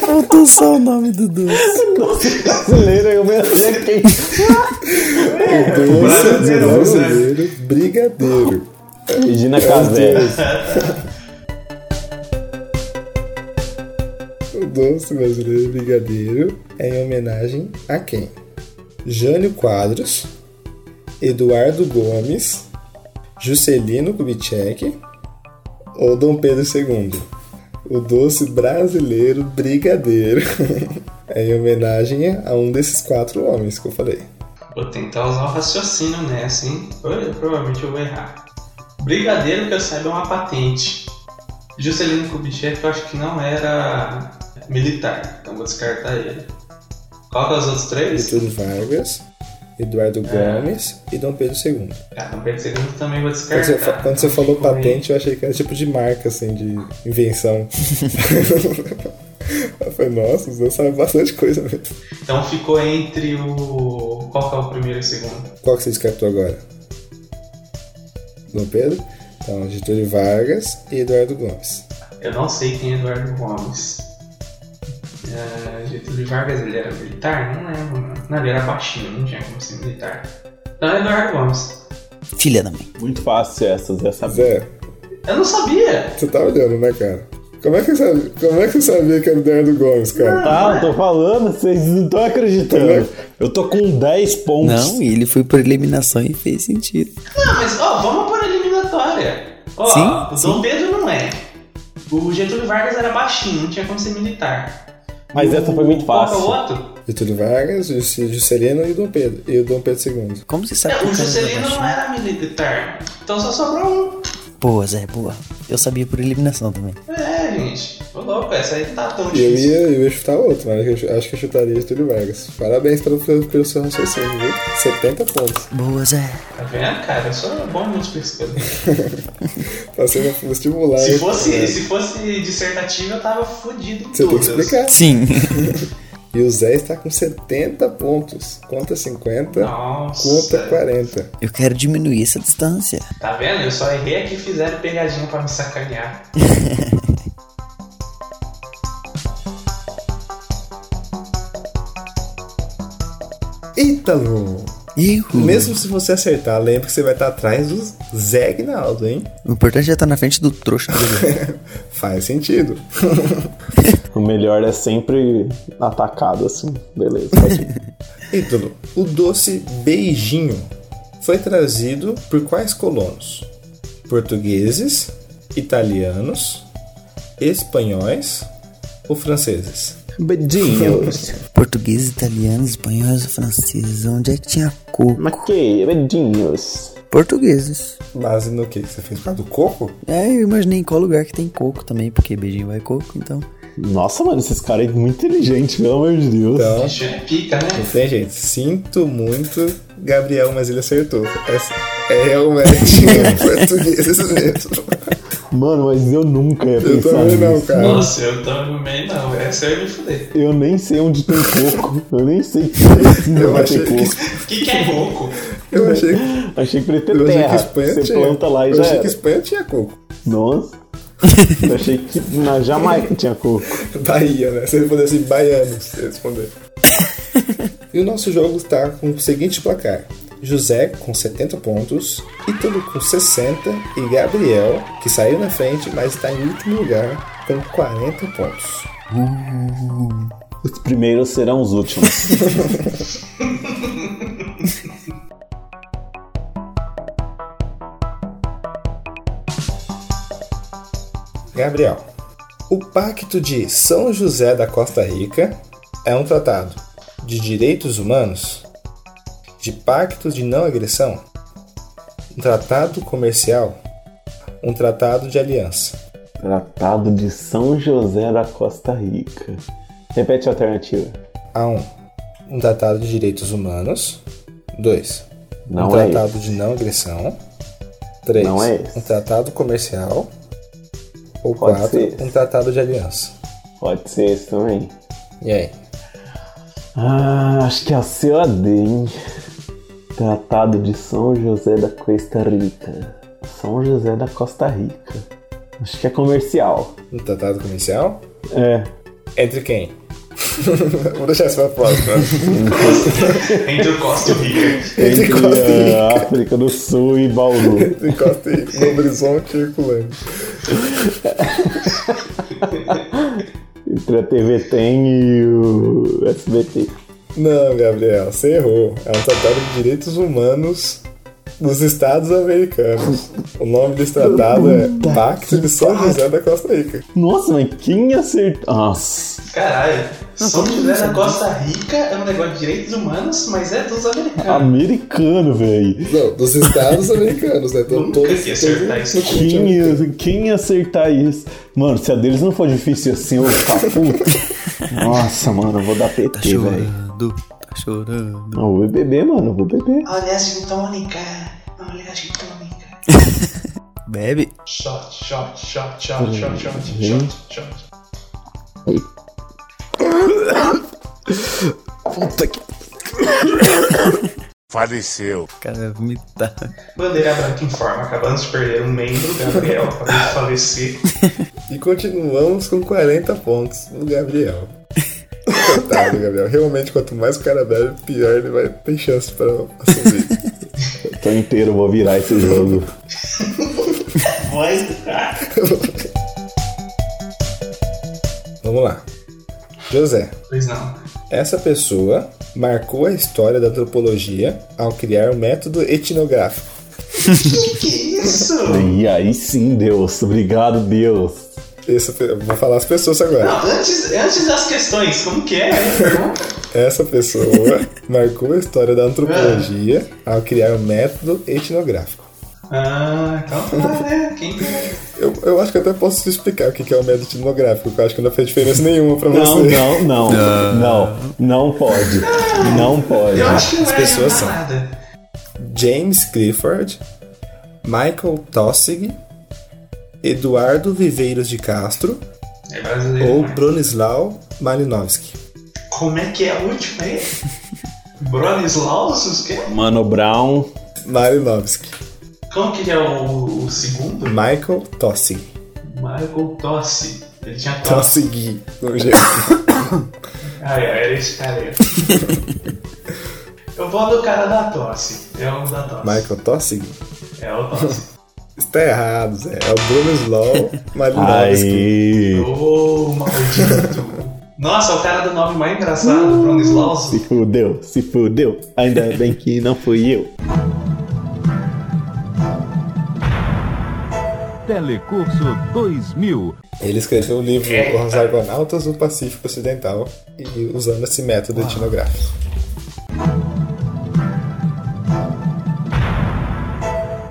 Speaker 9: Faltou só o nome do doce.
Speaker 7: Brasileiro é o brasileiro quem?
Speaker 6: O doce
Speaker 8: Brasileiro, né?
Speaker 6: brasileiro brigadeiro.
Speaker 7: Regina Casé.
Speaker 6: O doce brasileiro brigadeiro é em homenagem a quem? Jânio Quadros, Eduardo Gomes, Juscelino Kubitschek ou Dom Pedro II? O doce brasileiro brigadeiro [LAUGHS] é em homenagem a um desses quatro homens que eu falei.
Speaker 8: Vou tentar usar o raciocínio nessa, hein? Pro- Provavelmente eu vou errar. Brigadeiro, que eu saiba, é uma patente. Juscelino Kubitschek, eu acho que não era militar, então vou descartar ele. Qual que é os outros três?
Speaker 6: Getúlio Vargas, Eduardo Gomes e Dom Pedro II.
Speaker 8: Ah, não percebi que também vou
Speaker 6: Quando você, fa-
Speaker 8: descartar.
Speaker 6: quando você
Speaker 8: Então,
Speaker 6: falou
Speaker 8: fico meio-
Speaker 6: patente, eu achei que era tipo de marca, assim, de invenção. eu falei, nossa, os dois sabem bastante coisa mesmo.
Speaker 8: Então ficou entre o. Qual que é o primeiro e o segundo?
Speaker 6: Qual que você descartou agora? Dom Pedro? Então, Getúlio Vargas e Eduardo Gomes.
Speaker 8: Eu não sei quem é Eduardo Gomes. É, Getúlio Vargas, ele era militar? Não lembro, mano. Não, ele era baixinho, não tinha como ser militar. Não, é Eduardo Gomes.
Speaker 9: Filha da mãe.
Speaker 7: Muito fácil essas, é essa
Speaker 6: Zé,
Speaker 8: Eu não sabia!
Speaker 6: você tá olhando, né, cara? Como é que você sabe- como é que você sabia que era Eduardo Gomes, cara?
Speaker 7: Tá, eu tô falando, vocês não estão acreditando. Eu tô com 10 pontos.
Speaker 9: Não, e ele foi por eliminação e fez sentido.
Speaker 8: Não, mas ó, vamos por eliminatória. Ó,
Speaker 9: Sim,
Speaker 8: o
Speaker 9: sim.
Speaker 8: Dom Pedro não é. O Getúlio Vargas era baixinho, não tinha como ser militar.
Speaker 7: Mas
Speaker 8: O-
Speaker 7: essa foi muito
Speaker 8: qual que é
Speaker 7: fácil.
Speaker 8: o outro?
Speaker 6: Getúlio Vargas, Jusce- Juscelino e Dom Pedro. E o Dom Pedro II.
Speaker 9: Como você sabe
Speaker 8: É,
Speaker 9: que
Speaker 8: o
Speaker 9: cara
Speaker 8: Juscelino
Speaker 9: era
Speaker 8: não
Speaker 9: Tá baixinho?
Speaker 8: era militar. Então só sobrou um.
Speaker 9: Boa, Zé, boa. Eu sabia por eliminação também.
Speaker 8: É, gente. Ô louco, essa aí não tá tão
Speaker 6: E eu
Speaker 8: difícil.
Speaker 6: ia, eu ia chutar outro, mas acho que eu- acho que eu chutaria Getúlio Vargas. Parabéns pelo, pelo seu raciocínio, viu? 70 pontos.
Speaker 9: Boa, Zé.
Speaker 8: Tá vendo, cara? Eu sou bom em multiplicação.
Speaker 6: Tá sendo estimular.
Speaker 8: Se
Speaker 6: hein?
Speaker 8: fosse,
Speaker 6: É.
Speaker 8: se fosse dissertativo, eu tava fudido em
Speaker 6: Você tem que
Speaker 8: todas.
Speaker 6: explicar.
Speaker 9: Sim.
Speaker 6: E o Zé está com 70 pontos. Conta 50,
Speaker 8: Nossa.
Speaker 6: né? conta 40.
Speaker 9: [LAUGHS] Eu quero diminuir essa distância.
Speaker 8: Tá vendo? Eu só errei aqui e fizeram pegadinha pra me sacanear.
Speaker 6: Tá. Ítalo!
Speaker 9: Ih,
Speaker 6: Mesmo se você acertar, lembra que você vai estar atrás do Zé Gnaldo, hein? [LAUGHS]
Speaker 9: O importante é estar na frente do trouxa.
Speaker 6: Faz sentido. [LAUGHS]
Speaker 7: O melhor é sempre atacado, assim. Beleza, pode ir.
Speaker 6: Ítalo, o doce beijinho foi trazido por quais colonos? Portugueses, italianos, espanhóis ou franceses?
Speaker 7: Beijinhos.
Speaker 9: [LAUGHS] Portugueses, italianos, espanhóis, franceses. Onde é que tinha coco?
Speaker 7: Mas que? Beijinhos.
Speaker 9: Portugueses.
Speaker 6: Base no que? Você fez por causa do coco?
Speaker 9: É, eu imaginei em qual lugar que tem coco também, porque beijinho vai coco, então.
Speaker 7: Nossa, mano, esses caras é muito inteligentes, pelo amor de Deus.
Speaker 6: Então,
Speaker 8: Bicho é pica, né?
Speaker 6: Não tem jeito. Sinto muito, Gabriel, mas ele acertou. É, é
Speaker 7: [LAUGHS]
Speaker 6: realmente um português mesmo.
Speaker 7: Mano, mas eu nunca ia
Speaker 6: Eu
Speaker 7: pensar
Speaker 6: também
Speaker 7: nisso.
Speaker 6: não, cara.
Speaker 8: Nossa, eu também não. Essa eu ia me fuder.
Speaker 7: Eu nem sei onde tem coco. Eu
Speaker 6: [LAUGHS]
Speaker 7: nem sei que precisa
Speaker 6: Eu
Speaker 7: pra
Speaker 6: achei
Speaker 7: ter coco.
Speaker 8: O que, que é
Speaker 6: [LAUGHS]
Speaker 8: rouco?
Speaker 6: Eu achei,
Speaker 7: Achei que
Speaker 6: eu
Speaker 7: precisa ter
Speaker 6: achei que
Speaker 7: terra.
Speaker 6: Espanha
Speaker 7: Você
Speaker 6: tinha.
Speaker 7: planta lá e
Speaker 6: eu
Speaker 7: já
Speaker 6: achei
Speaker 7: era.
Speaker 6: que Espanha tinha coco.
Speaker 7: Nossa. Eu achei que na Jamaica tinha coco.
Speaker 6: Bahia, né? Você respondeu assim, baianos. Você respondeu. e o nosso jogo está com o seguinte placar. José com 70 pontos, Ítalo com 60 e Gabriel, que saiu na frente, mas está em último lugar, com 40 pontos.
Speaker 7: Hum, os primeiros serão os últimos.
Speaker 6: Gabriel, o Pacto de São José da Costa Rica é um tratado de direitos humanos, de pactos de não agressão, um tratado comercial, um tratado de aliança.
Speaker 7: Tratado de São José da Costa Rica. Repete a alternativa.
Speaker 6: A1. Um tratado de direitos humanos. 2.
Speaker 7: Não
Speaker 6: um
Speaker 7: é
Speaker 6: tratado
Speaker 7: esse.
Speaker 6: de não agressão. 3.
Speaker 7: Não é esse.
Speaker 6: um tratado comercial. Ou
Speaker 7: Pode
Speaker 6: 4.
Speaker 7: ser.
Speaker 6: Um tratado de aliança.
Speaker 7: Pode ser esse também.
Speaker 6: E aí?
Speaker 7: Ah, acho que é a COD, hein? Tratado de São José da Costa Rica. São José da Costa Rica. Acho que é comercial.
Speaker 6: Um tratado comercial?
Speaker 7: É.
Speaker 6: Entre quem? [LAUGHS] Vou deixar né? isso pra próxima.
Speaker 8: Entre o Costa e o Rica.
Speaker 6: Entre Costa e
Speaker 7: eh, África do Sul e Bauru.
Speaker 6: Entre Costa e Novo Horizonte e Herculândia.
Speaker 7: Entre a TV Tem e o SBT.
Speaker 6: Não, Gabriel, você errou. É um tratado de direitos humanos dos Estados Americanos. O nome desse tratado é Pacto de São José da Costa Rica.
Speaker 7: Nossa, mas quem acertou? Nossa.
Speaker 8: Caralho, São José da Costa Rica é um negócio de direitos humanos, mas é dos
Speaker 6: Ah,
Speaker 8: americanos.
Speaker 7: Americano, velho.
Speaker 6: Não, dos
Speaker 8: [LAUGHS]
Speaker 6: Estados Americanos, né? Então,
Speaker 8: Nunca
Speaker 6: todos,
Speaker 8: ia acertar
Speaker 6: todos
Speaker 8: isso.
Speaker 6: no continente
Speaker 7: Quem
Speaker 6: americano.
Speaker 7: ia, quem ia acertar isso? Mano, se a deles não for difícil assim, eu vou ficar puto. Nossa, mano, eu vou dar
Speaker 9: Tá
Speaker 7: PT, velho.
Speaker 9: chorando, tá chorando.
Speaker 7: Não, eu vou beber, mano, eu vou beber.
Speaker 8: Aliás, Gintônica. Aliás, Gintônica.
Speaker 9: Bebe.
Speaker 8: Shot, shot, shot, shot, shot, shot, shot, shot.
Speaker 9: Puta que.
Speaker 2: Faleceu.
Speaker 9: Cara, vomitar.
Speaker 8: Bandeira branca informa, acabamos de perder um membro, Gabriel, acabou de falecer.
Speaker 6: E continuamos com 40 pontos do
Speaker 8: [LAUGHS]
Speaker 6: Gabriel. Coitado, Gabriel. Realmente, quanto mais o cara bebe, pior ele vai ter chance pra pra subir.
Speaker 8: [LAUGHS]
Speaker 7: Tô inteiro, eu vou virar esse jogo.
Speaker 8: Voz do
Speaker 6: Vamos lá. José,
Speaker 8: Pois não.
Speaker 6: Essa pessoa marcou a história da antropologia ao criar o método etnográfico.
Speaker 8: Que é isso?
Speaker 7: E aí sim, Deus. Obrigado, Deus.
Speaker 6: Essa, pe- vou falar as pessoas agora.
Speaker 8: Não, antes, antes das questões, como que é?
Speaker 6: Essa pessoa
Speaker 8: [LAUGHS]
Speaker 6: marcou a história da antropologia ao criar o método etnográfico.
Speaker 8: Ah, então tá, né? Quem
Speaker 6: Eu, eu acho que até posso te explicar o que que é o método etnográfico, porque eu acho que não fez diferença [LAUGHS] nenhuma pra
Speaker 7: Não,
Speaker 6: você.
Speaker 7: não, não. Não, não pode. Não pode.
Speaker 8: Eu acho que não
Speaker 6: As
Speaker 8: vai
Speaker 6: pessoas
Speaker 8: adiantar
Speaker 6: são.
Speaker 8: nada.
Speaker 6: James Clifford, Michael Tossig, Eduardo Viveiros de Castro
Speaker 8: É brasileiro.
Speaker 6: ou
Speaker 8: né?
Speaker 6: Bronislau Malinowski.
Speaker 8: Como é que é a última aí? Bronislaus? Os quê?
Speaker 7: Mano Brown.
Speaker 6: Malinowski.
Speaker 8: Como que é o, o segundo?
Speaker 6: Michael Tossig.
Speaker 8: Michael Tosse. Ele tinha
Speaker 6: Só
Speaker 8: tosse.
Speaker 6: seguir. Não, gente.
Speaker 8: Ai, ai, era esse
Speaker 9: [LAUGHS]
Speaker 8: cara aí. Eu vou do cara da tosse. É o da tosse.
Speaker 6: [LAUGHS] Michael Tossig?
Speaker 8: É o tosse.
Speaker 9: [LAUGHS]
Speaker 6: Está errado, Zé. É o Bruno Slow
Speaker 7: [LAUGHS]
Speaker 6: Malinowski.
Speaker 7: Aí.
Speaker 8: Ô, maldito. Nossa, o cara do nome mais
Speaker 9: Uh!
Speaker 8: engraçado, Bronislaus.
Speaker 7: Se fudeu, se fudeu. Ainda bem que não fui eu.
Speaker 5: Telecurso 2000.
Speaker 6: Ele escreveu o livro
Speaker 8: Eita.
Speaker 6: Os Argonautas do Pacífico Ocidental e usando esse método etnográfico.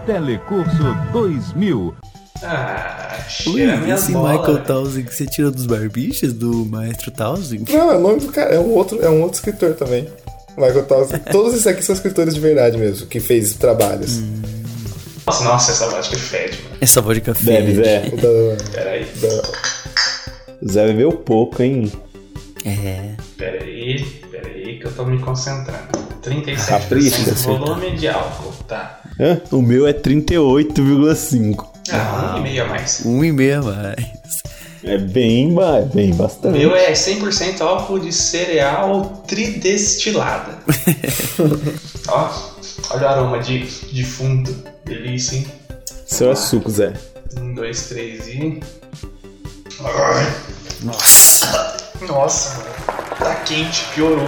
Speaker 5: Telecurso 2000.
Speaker 8: Ah,
Speaker 9: Ui,
Speaker 8: cheira minhas
Speaker 9: esse
Speaker 8: bolas.
Speaker 9: Michael tá- Tausig que você tirou dos barbichas do maestro Tausig?
Speaker 6: Não, é o nome do cara. É um outro, é um outro escritor também. Michael Tossig. Todos esses aqui são escritores de verdade mesmo, que fez trabalhos.
Speaker 8: Nossa, nossa, essa vodka fede, mano.
Speaker 9: Essa voz de café.
Speaker 7: Deve, Zé.
Speaker 6: O da-
Speaker 8: Peraí,
Speaker 9: Tá.
Speaker 7: Zé bebeu pouco, hein?
Speaker 9: É.
Speaker 8: peraí, peraí, que eu tô me concentrando. 37%
Speaker 7: Capricha,
Speaker 8: volume de álcool, tá?
Speaker 7: Hã? O meu é 38,5.
Speaker 8: Ah, um e meio a mais.
Speaker 9: Um e meio a mais.
Speaker 7: É bem, é bem bastante.
Speaker 8: O meu é 100% álcool de cereal tridestilada. Ó, olha o aroma de, de fundo. Delícia, hein?
Speaker 7: Seu é suco, Zé.
Speaker 8: Um, dois, três e. Ai. Nossa! Nossa, mano. Tá quente, piorou.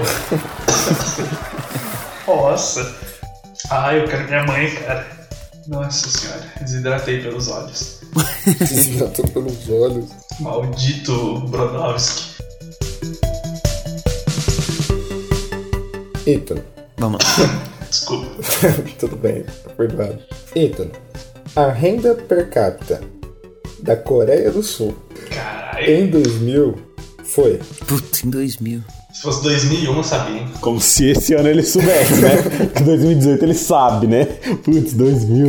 Speaker 8: Nossa! Ai, eu quero minha mãe, cara. Nossa senhora, desidratei pelos olhos.
Speaker 6: Desidratou pelos olhos.
Speaker 8: Maldito Brodowski.
Speaker 6: Ethan.
Speaker 9: Vamos [LAUGHS] lá.
Speaker 8: Desculpa.
Speaker 6: Tudo bem, perdoado. Ethan, a renda per capita da Coreia do Sul
Speaker 8: Caralho.
Speaker 6: em 2000 foi.
Speaker 9: Putz, em 2000.
Speaker 8: Se fosse 2001, eu sabia, hein?
Speaker 7: Como se esse ano ele soubesse, né? Porque 2018 ele sabe, né? Putz, 2000.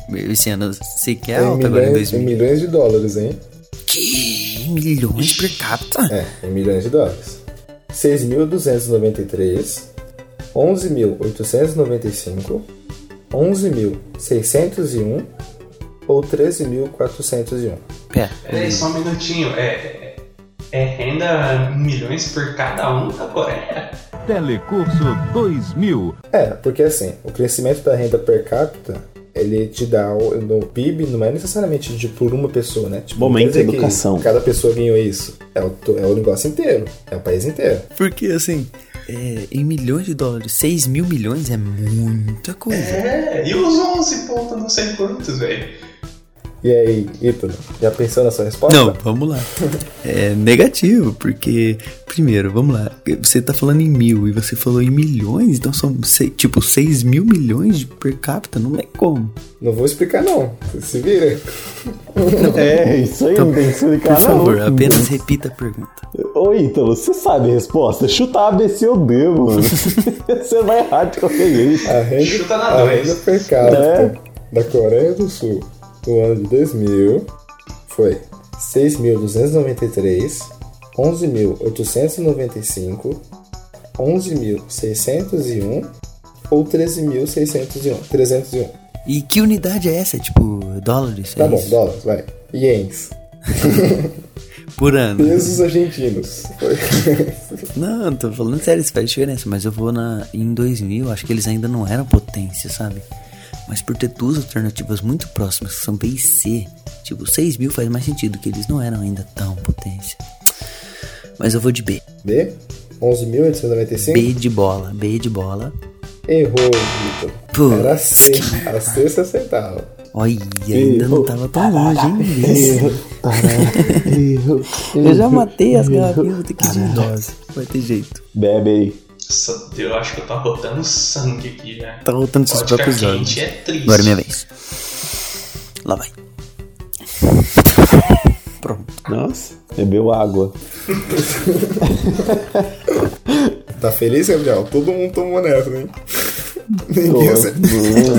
Speaker 8: [LAUGHS]
Speaker 9: É, esse ano sequer
Speaker 6: em,
Speaker 9: alta agora em
Speaker 6: milhões, em
Speaker 9: 2000.
Speaker 6: milhões de dólares, hein?
Speaker 9: Que milhões per capita?
Speaker 6: É, em milhões de dólares. 6.293, 11.895, 11.601 ou 13.401.
Speaker 9: Pera, é
Speaker 8: Peraí, só um minutinho. É, é, é renda milhões por cada um da Coreia?
Speaker 9: É.
Speaker 5: Telecurso 2000.
Speaker 6: É, porque assim, o crescimento da renda per capita, ele te dá o- no PIB, não é necessariamente de por uma pessoa, né? Tipo,
Speaker 7: Momento
Speaker 6: não quer dizer que
Speaker 7: educação.
Speaker 6: Cada pessoa ganhou isso. É o, to- é o negócio inteiro, é o país inteiro.
Speaker 9: porque assim, é, em milhões de dólares, 6 mil milhões é muita coisa.
Speaker 8: É, e os 11 pontos, não sei quantos, velho.
Speaker 6: E aí, Ítalo, já pensou na sua resposta?
Speaker 9: Não, vamos lá. É negativo, porque, primeiro, vamos lá. Você tá falando em mil e você falou em milhões, então são sei- tipo 6 mil milhões de per capita, não é como.
Speaker 6: Não vou explicar, não. Se vira.
Speaker 7: É, isso aí, não tem que explicar,
Speaker 9: Por favor,
Speaker 7: não.
Speaker 9: apenas repita a pergunta.
Speaker 7: Ô, um. Ítalo, você sabe a resposta? Chutar ABC ou D,
Speaker 8: [LAUGHS]
Speaker 7: mano. você vai errar de qualquer jeito.
Speaker 6: A renda,
Speaker 8: Chuta na
Speaker 6: a
Speaker 8: dois.
Speaker 6: renda per capita
Speaker 9: Né?
Speaker 6: da Coreia do Sul no ano de 2000 foi 6.293, 11.895, 11.601 ou 13.601. 301.
Speaker 9: E que unidade é essa? É Tipo, dólares?
Speaker 6: Tá
Speaker 9: é
Speaker 6: bom,
Speaker 9: isso?
Speaker 6: dólares, vai. Iens,
Speaker 9: Por ano.
Speaker 6: pesos argentinos.
Speaker 9: Não, tô falando sério, isso faz diferença. Mas eu vou na, em 2000, acho que eles ainda não eram potência, sabe? Mas por ter duas alternativas muito próximas, que são B e C, tipo, 6 mil faz mais sentido, que eles não eram ainda tão potência. Mas eu vou de B.
Speaker 6: [LAUGHS] B, 11.895.
Speaker 9: B de bola, B de bola.
Speaker 6: Errou, Vitor.
Speaker 9: Putz,
Speaker 6: Era C, a C você acertava.
Speaker 9: Olha, ainda não
Speaker 7: oh,
Speaker 9: tava tão longe, hein? [LAUGHS] Eu já matei as garrafinhas, vou ter que ir de dose. Vai ter jeito.
Speaker 7: Bebe aí.
Speaker 8: Nossa, Deus, eu acho que eu tô botando sangue aqui, velho.
Speaker 9: Tá voltando seus
Speaker 8: Vodka
Speaker 9: próprios olhos.
Speaker 8: quente é triste.
Speaker 9: Agora é minha vez. Lá vai. Pronto.
Speaker 7: Nossa, bebeu água.
Speaker 6: Tá feliz, Gabriel? Todo mundo tomou nessa, hein? Ninguém acertou.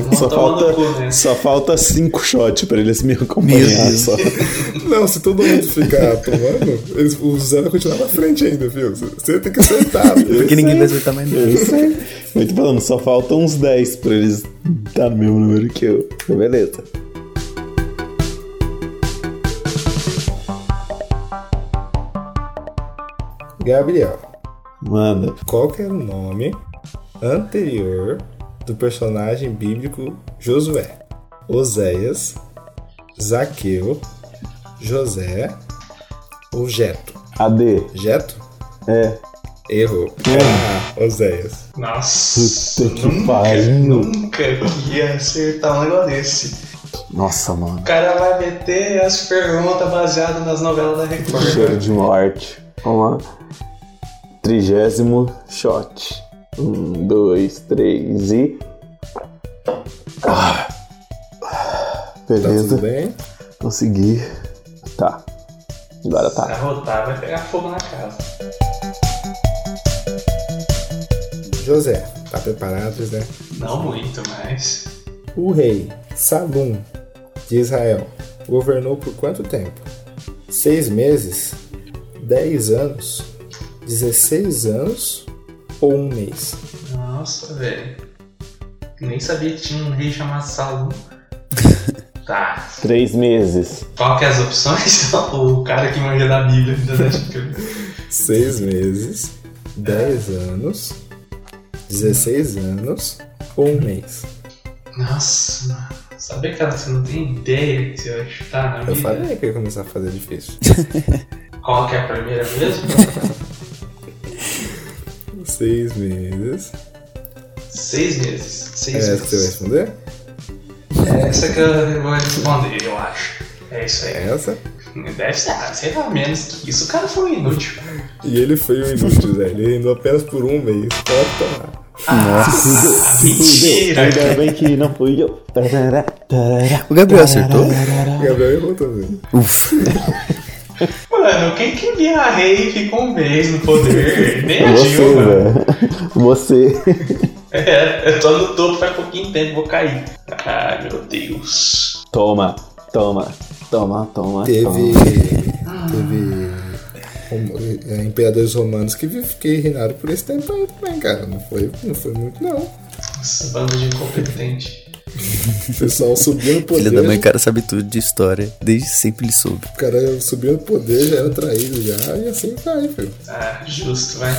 Speaker 7: Tô- só,
Speaker 8: Vamos tomar no cu,
Speaker 7: falta,
Speaker 8: né?
Speaker 7: só falta cinco shots pra eles me acompanhar.
Speaker 9: Deus.
Speaker 7: só.
Speaker 6: Não, se todo mundo ficar tomando, eles, o Zé vai continuar na frente ainda, viu? Você tem que acertar. viu?
Speaker 9: Porque ninguém vai acertar mais nada.
Speaker 7: Eu sei. Eu tô falando, só faltam uns 10 pra eles dar no mesmo número que eu. Mas Beleza.
Speaker 6: Gabriel,
Speaker 7: Manda.
Speaker 6: qual que era o nome anterior do personagem bíblico Josué? Oséias, Zaqueu, José ou Jeto?
Speaker 7: AD.
Speaker 6: Jeto?
Speaker 7: É.
Speaker 6: Errou.
Speaker 7: É.
Speaker 6: Ah, Oséias.
Speaker 8: Nossa,
Speaker 7: Puta que
Speaker 8: nunca,
Speaker 7: pariu.
Speaker 8: nunca que ia acertar um negócio desse.
Speaker 7: Nossa,
Speaker 8: O
Speaker 7: mano.
Speaker 8: cara vai meter as perguntas baseadas nas novelas da Record.
Speaker 7: Cheiro de morte. Vamos lá. Trigésimo shot. Um, dois, três e. Ah.
Speaker 6: Tá tudo
Speaker 7: Beleza.
Speaker 6: bem?
Speaker 7: Consegui. Tá. Agora
Speaker 8: Se
Speaker 7: tá.
Speaker 8: arrotar, vai pegar fogo na casa.
Speaker 6: José, tá preparado, José?
Speaker 8: Não muito, mas.
Speaker 6: O rei Salum de Israel governou por quanto tempo? Seis meses? Dez anos? Dezesseis anos? Ou um mês?
Speaker 8: Nossa, velho. Nem sabia que tinha um rei chamado Salom. Tá.
Speaker 7: Três meses.
Speaker 8: Qual que é as opções? [LAUGHS] o cara que manja da Bíblia.
Speaker 6: Seis meses, É. dez anos, 16 anos ou um mês.
Speaker 8: Nossa, mano. Saber, cara, você não tem ideia do que você vai chutar na
Speaker 6: Eu
Speaker 8: vida.
Speaker 6: falei que ia começar a fazer difícil.
Speaker 8: Qual que é a primeira mesmo?
Speaker 6: [LAUGHS] Seis meses.
Speaker 8: Seis meses.
Speaker 6: É
Speaker 8: Seis
Speaker 6: essa que você vai
Speaker 8: meses.
Speaker 6: responder?
Speaker 8: É essa que eu vou responder, eu acho. É isso aí.
Speaker 6: Essa?
Speaker 8: Deve ser, ah, sei lá, menos que isso. O cara foi um inútil.
Speaker 6: E ele foi um inútil, velho. Ele andou apenas por um mês. Pode tomar. [LAUGHS]
Speaker 8: Nossa,
Speaker 7: Fudeu.
Speaker 8: Ah, mentira.
Speaker 7: Ainda bem que não fui eu. Tarará, tarará.
Speaker 9: O Gabriel acertou?
Speaker 6: Gabriel errou também.
Speaker 9: Ufa.
Speaker 8: Mano, quem que vira rei e fica um mês no poder?
Speaker 9: É
Speaker 8: Nem a
Speaker 7: Você,
Speaker 8: Dilma.
Speaker 7: velho. Você.
Speaker 8: É, eu tô no topo faz pouquinho tempo, vou cair. Ah, meu Deus.
Speaker 7: Toma, toma, toma, toma.
Speaker 6: Teve.
Speaker 7: toma.
Speaker 6: [LAUGHS] Teve. rom- eh, Imperadores romanos que, vi- que reinaram por esse tempo aí também, cara. Não foi, não foi muito, não.
Speaker 8: Essa banda de incompetente.
Speaker 6: O pessoal subiu
Speaker 9: [LAUGHS]
Speaker 6: no poder.
Speaker 9: Filha da mãe, cara sabe tudo de história. Desde sempre ele soube.
Speaker 6: O cara subiu no poder, já era traído já, e assim vai, filho.
Speaker 8: Ah, justo, vai.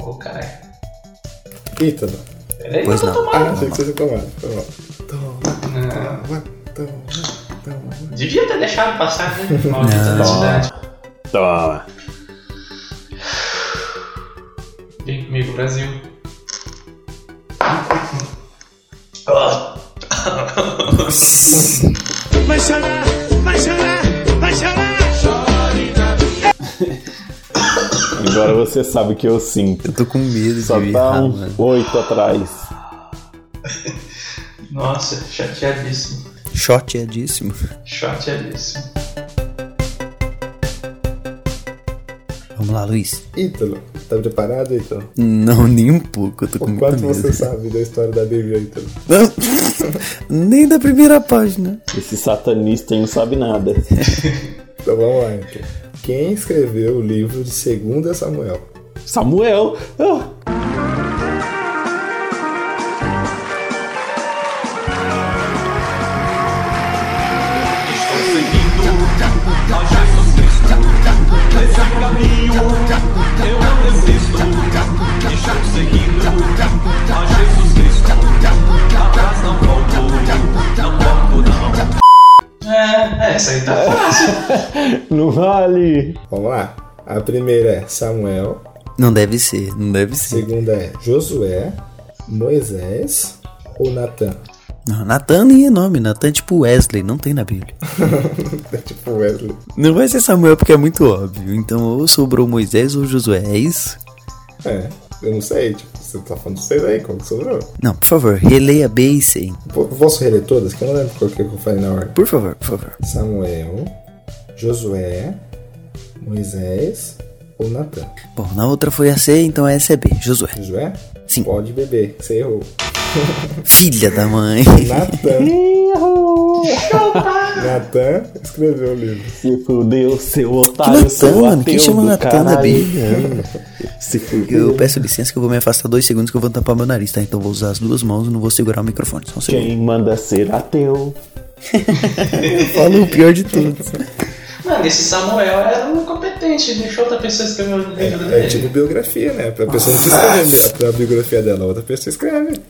Speaker 8: Ô, caralho.
Speaker 6: Eita, não.
Speaker 8: Peraí,
Speaker 9: Pois
Speaker 8: eu tô
Speaker 9: não.
Speaker 8: tomando.
Speaker 6: Ah, achei que você tinha tomado. Foi mal. Então,
Speaker 8: Não.
Speaker 6: Toma, toma.
Speaker 8: Devia ter deixado passar, né? Maldita
Speaker 9: Não.
Speaker 8: cidade.
Speaker 7: Toma.
Speaker 8: Vem comigo, Brasil. Ah.
Speaker 10: Vai chorar, vai chorar, vai chorar.
Speaker 7: Agora você sabe que eu sinto.
Speaker 9: Eu tô com medo
Speaker 7: Só
Speaker 9: de
Speaker 7: tá
Speaker 9: errar, mano.
Speaker 7: um oito atrás.
Speaker 8: Nossa, chateadíssimo.
Speaker 9: é Shoteadíssimo.
Speaker 8: Chateadíssimo.
Speaker 9: Vamos lá, Luiz.
Speaker 6: Ítalo, tá preparado, Ítalo?
Speaker 9: Não, nem um pouco. Eu tô com
Speaker 6: O
Speaker 9: muito
Speaker 6: quanto
Speaker 9: medo.
Speaker 6: você sabe da história da Bíblia, Ítalo?
Speaker 9: Não, [LAUGHS] nem da primeira página.
Speaker 7: Esse satanista aí não sabe nada.
Speaker 6: Então vamos lá, Ítalo. Quem escreveu o livro de 2 Samuel?
Speaker 7: Samuel! Ah,
Speaker 8: É, é, essa aí tá fácil.
Speaker 7: não vale!
Speaker 6: Vamos lá. A primeira é Samuel,
Speaker 9: Não deve ser, não deve
Speaker 6: a
Speaker 9: ser.
Speaker 6: segunda é Josué, Moisés ou Natan?
Speaker 9: Não, Natan nem é nome. Natan é tipo Wesley. Não tem na Bíblia.
Speaker 6: É tipo Wesley.
Speaker 9: Não vai ser Samuel porque é muito óbvio. Então ou sobrou Moisés ou Josué. É isso?
Speaker 6: É, eu não sei, tipo, você tá falando seis aí, como que sobrou?
Speaker 9: Não, por favor, releia bem e sem.
Speaker 6: Pô, Posso reler todas? Que eu não lembro qual que eu falei na ordem.
Speaker 9: Por favor, por favor.
Speaker 6: Samuel, Josué, Moisés ou Natan?
Speaker 9: Bom, na outra foi a C, então essa é B, Josué.
Speaker 6: Josué?
Speaker 9: Sim.
Speaker 6: Pode beber, você errou.
Speaker 9: Filha da mãe.
Speaker 6: [LAUGHS] Natan. Natan escreveu o livro.
Speaker 7: Se fudeu, seu otário,
Speaker 9: Natan,
Speaker 7: seu
Speaker 9: mano?
Speaker 7: ateu
Speaker 9: Quem chama
Speaker 7: do
Speaker 9: Natan na
Speaker 7: caralho.
Speaker 9: Bíblia?
Speaker 7: [LAUGHS] Se
Speaker 9: Eu
Speaker 7: fudeu.
Speaker 9: peço licença que eu vou me afastar dois segundos que eu vou tampar meu nariz, tá? Então eu vou usar as duas mãos e não vou segurar o microfone. Só um segundo.
Speaker 7: Quem manda ser ateu?
Speaker 9: Falou o pior
Speaker 6: [LAUGHS]
Speaker 9: de tudo.
Speaker 8: Mano, esse Samuel era um incompetente, deixou outra pessoa escrever o
Speaker 6: É,
Speaker 8: livro
Speaker 6: é
Speaker 8: dele.
Speaker 6: tipo biografia, né? A pessoa não precisa escrever a biografia dela, a outra pessoa escreve.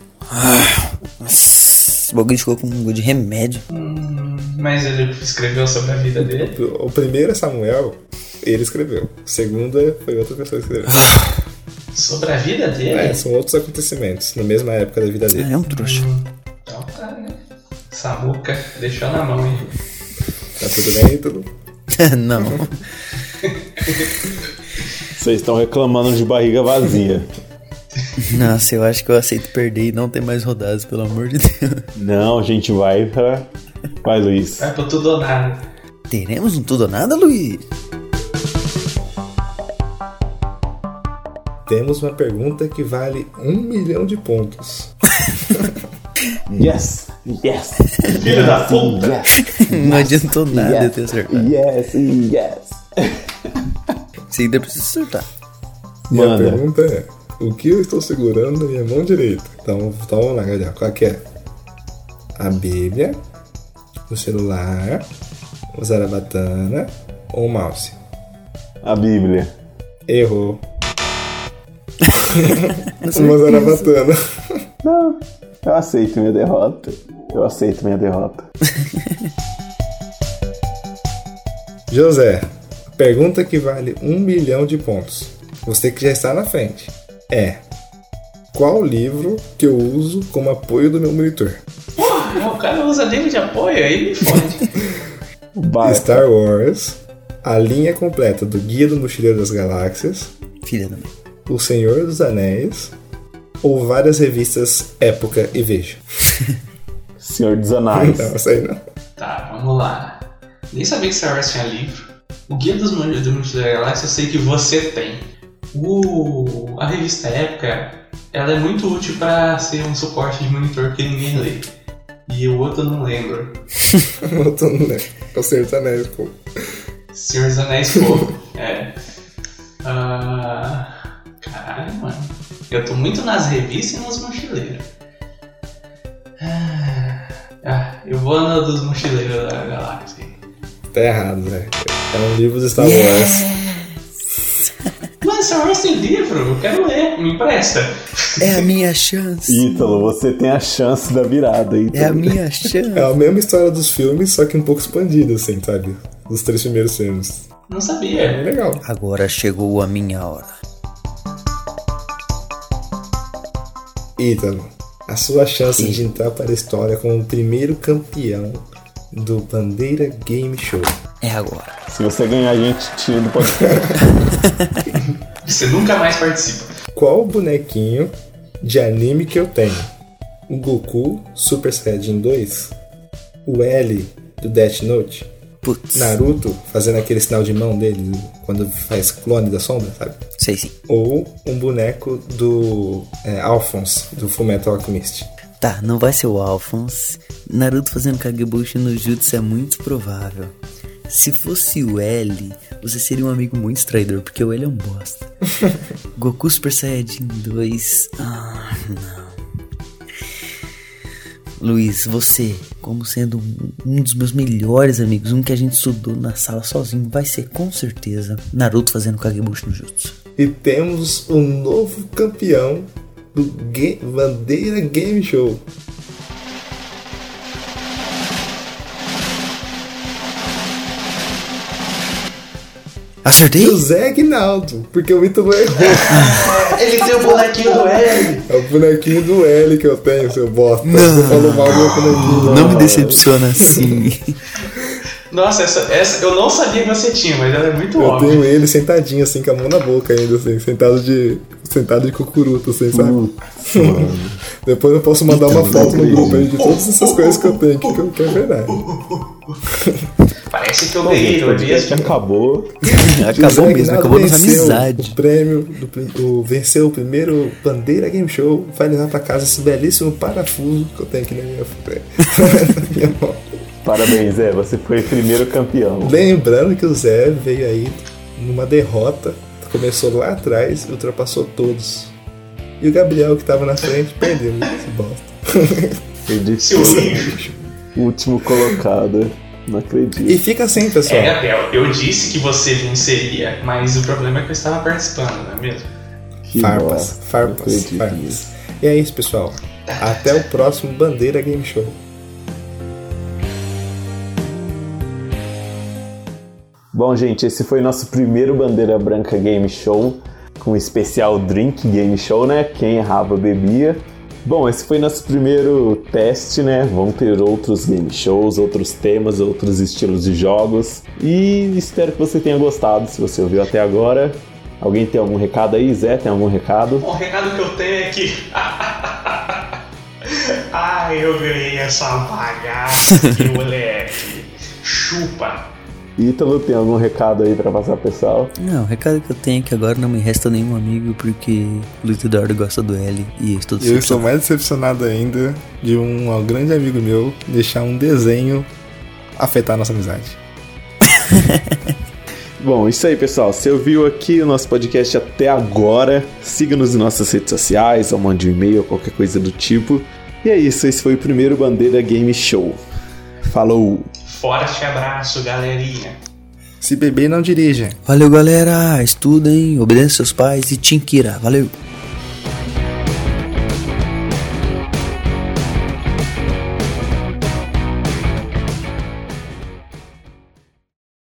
Speaker 9: Esse bagulho ficou com um gosto de remédio.
Speaker 8: Mas ele escreveu sobre a vida dele.
Speaker 6: O primeiro é Samuel, ele escreveu. O segundo é, foi outra pessoa que escreveu.
Speaker 8: Sobre a vida dele?
Speaker 6: É, são outros acontecimentos, na mesma época da vida
Speaker 9: Ah,
Speaker 6: dele.
Speaker 9: é um trouxa. [LAUGHS]
Speaker 8: Então tá, né? Samuca deixou na mão, hein?
Speaker 6: Tá tudo bem, tudo?
Speaker 9: não.
Speaker 7: Vocês estão reclamando de barriga vazia.
Speaker 9: Nossa, eu acho que eu aceito perder e não ter mais rodadas, pelo amor de Deus.
Speaker 7: Não, a gente vai pra. Vai, Luiz.
Speaker 8: Vai pro tudo ou nada.
Speaker 9: Teremos um tudo ou nada, Luiz? [LAUGHS]
Speaker 6: Temos uma pergunta que vale um milhão de pontos.
Speaker 7: Yes! Yes!
Speaker 8: Filho da puta.
Speaker 9: [LAUGHS]
Speaker 7: Yes!
Speaker 9: Não adiantou nada eu ter acertado.
Speaker 7: Yes! Yes!
Speaker 9: Você ainda precisa acertar.
Speaker 6: E a
Speaker 7: Manda.
Speaker 6: pergunta é: o que eu estou segurando na minha mão direita? Então, então vamos lá, galera. Qual que é? A Bíblia, um celular, uma zarabatana ou um mouse?
Speaker 7: A Bíblia.
Speaker 6: Errou. [LAUGHS] uma zarabatana.
Speaker 7: Não, eu aceito minha derrota. Eu aceito minha derrota.
Speaker 6: José, pergunta que vale um milhão de pontos. Você que já está na frente. É. Qual livro que eu uso como apoio do meu monitor?
Speaker 8: Porra, o cara usa livro de apoio, aí me fode.
Speaker 7: Vai.
Speaker 6: Star Wars, a linha completa do Guia do Mochileiro das Galáxias,
Speaker 9: Filha da mãe.
Speaker 6: O Senhor dos Anéis ou várias revistas Época e Veja.
Speaker 7: Senhor dos Anais.
Speaker 6: Não, essa aí não. [LAUGHS]
Speaker 8: Tá, vamos lá. Nem sabia que Star Wars tinha livro. O Guia dos Mundos do Mundo da Galáxia eu sei que você tem. O... A revista Época, ela é muito útil pra ser um suporte de monitor que ninguém lê. E o outro eu não lembro.
Speaker 6: Eu tô no- É o Senhor dos Anéis, pô.
Speaker 8: Senhor dos Anéis Fogo. é. Ah, caralho, mano. Eu tô muito nas revistas e nos mochileiros. Ah, ah, eu vou na dos mochileiros da galáxia.
Speaker 6: Tá errado, Zé. É um livro do Star Wars.
Speaker 8: Mano, Star Wars tem livro, eu quero ler, me empresta.
Speaker 9: É a minha chance.
Speaker 7: Ítalo, você tem a chance da virada,
Speaker 9: É a
Speaker 7: Ítalo.
Speaker 9: minha chance.
Speaker 6: [LAUGHS] É a mesma história dos filmes, só que um pouco expandida, assim, sabe? Dos três primeiros filmes.
Speaker 8: Não
Speaker 6: É
Speaker 8: sabia.
Speaker 6: legal.
Speaker 9: Agora chegou a minha hora.
Speaker 6: Ítalo, a sua chance de entrar para a história como o primeiro campeão do Bandeira Game Show.
Speaker 9: É agora.
Speaker 7: Se você ganhar, a gente tira do podcast.
Speaker 8: [LAUGHS] Você nunca mais participa.
Speaker 6: Qual bonequinho de anime que eu tenho? O Goku Super Saiyajin 2? O L do Death Note?
Speaker 9: Putz.
Speaker 6: Naruto fazendo aquele sinal de mão dele quando faz clone da sombra, sabe?
Speaker 9: Sei sim.
Speaker 6: Ou um boneco do é, Alphonse, do Fullmetal Alchemist.
Speaker 9: Tá, não vai ser o Alphonse. Naruto fazendo Kagebushi no Jutsu é muito provável. Se fosse o L, você seria um amigo muito traidor, porque o L é um [LAUGHS] bosta. Goku Super Saiyajin 2. Ah, não. Luiz, você, como sendo um- um dos meus melhores amigos, um que a gente estudou na sala sozinho, vai ser com certeza Naruto fazendo Kagebushi no Jutsu.
Speaker 6: E temos um novo campeão do Ga- Bandeira Game Show.
Speaker 9: Acertei?
Speaker 6: José Aguinaldo, porque o Ítalo errou.
Speaker 8: Ele tem o bonequinho do L.
Speaker 6: É o bonequinho do L que eu tenho, seu bosta. Você falou mal do meu bonequinho.
Speaker 9: Não me decepciona assim.
Speaker 8: Nossa, essa, essa eu não sabia que você tinha, mas ela é muito
Speaker 6: Eu
Speaker 8: óbvia.
Speaker 6: tenho ele sentadinho, assim, com a mão na boca ainda, assim, sentado de. Sentado de cucuruto, assim, sabe? Depois eu posso mandar uma foto no grupo aí de todas essas coisas que eu tenho aqui, que eu quero né? verdade.
Speaker 8: Parece que eu
Speaker 7: Bom, gente,
Speaker 8: ganhei,
Speaker 7: o
Speaker 8: não é mesmo?
Speaker 7: podcast acabou.
Speaker 9: [LAUGHS] Acabou
Speaker 6: José
Speaker 9: mesmo,
Speaker 6: Aguinaldo
Speaker 9: acabou nossa
Speaker 6: venceu
Speaker 9: amizade.
Speaker 6: O prêmio do pri- o, venceu o primeiro Bandeira Game Show. Vai levar pra casa esse belíssimo parafuso que eu tenho aqui na minha, [LAUGHS] na minha mão.
Speaker 7: Parabéns, Zé. Você foi o primeiro campeão.
Speaker 6: Lembrando que o Zé veio aí numa derrota, começou lá atrás e ultrapassou todos. E o Gabriel, que tava na frente, perdeu. Esse bosta.
Speaker 8: Seu
Speaker 7: É.
Speaker 8: lixo.
Speaker 7: Último colocado. Não acredito.
Speaker 6: E fica assim, pessoal.
Speaker 8: É, Gabriel, eu disse que você venceria, mas o problema é que eu estava participando, não é mesmo?
Speaker 7: Que
Speaker 6: farpas,
Speaker 7: bosta, não
Speaker 6: farpas,
Speaker 7: acredito
Speaker 6: farpas.
Speaker 7: nisso.
Speaker 6: E é isso, pessoal. Até o próximo Bandeira Game Show.
Speaker 7: Bom, gente, esse foi nosso primeiro Bandeira Branca Game Show, com o especial Drink Game Show, né? Quem errava bebia. Bom, esse foi nosso primeiro teste, né? Vão ter outros game shows, outros temas, outros estilos de jogos. E espero que você tenha gostado, se você ouviu até agora. Alguém tem algum recado aí? Zé, tem algum recado?
Speaker 8: Bom, o recado que eu tenho é que. [LAUGHS] Ai, eu ganhei essa bagaça aqui, moleque. Chupa.
Speaker 7: Ítalo, tem algum recado aí pra passar, pessoal?
Speaker 9: Não, o recado que eu tenho é que agora não me resta nenhum amigo porque Luiz Eduardo gosta do L e
Speaker 6: Eu
Speaker 9: eu estou
Speaker 6: estou
Speaker 9: decepcionado.
Speaker 6: mais decepcionado ainda de um grande amigo meu deixar um desenho afetar nossa amizade.
Speaker 7: Bom, isso aí, pessoal. Você ouviu aqui o nosso podcast até agora. Siga-nos em nossas redes sociais, ou mande um e-mail, qualquer coisa do tipo. E é isso, esse foi o primeiro Bandeira Game Show. Falou!
Speaker 8: Forte abraço, galerinha!
Speaker 6: Se beber, não dirija.
Speaker 9: Valeu, galera! Estudem, obedeçam seus pais e tinquira. Valeu!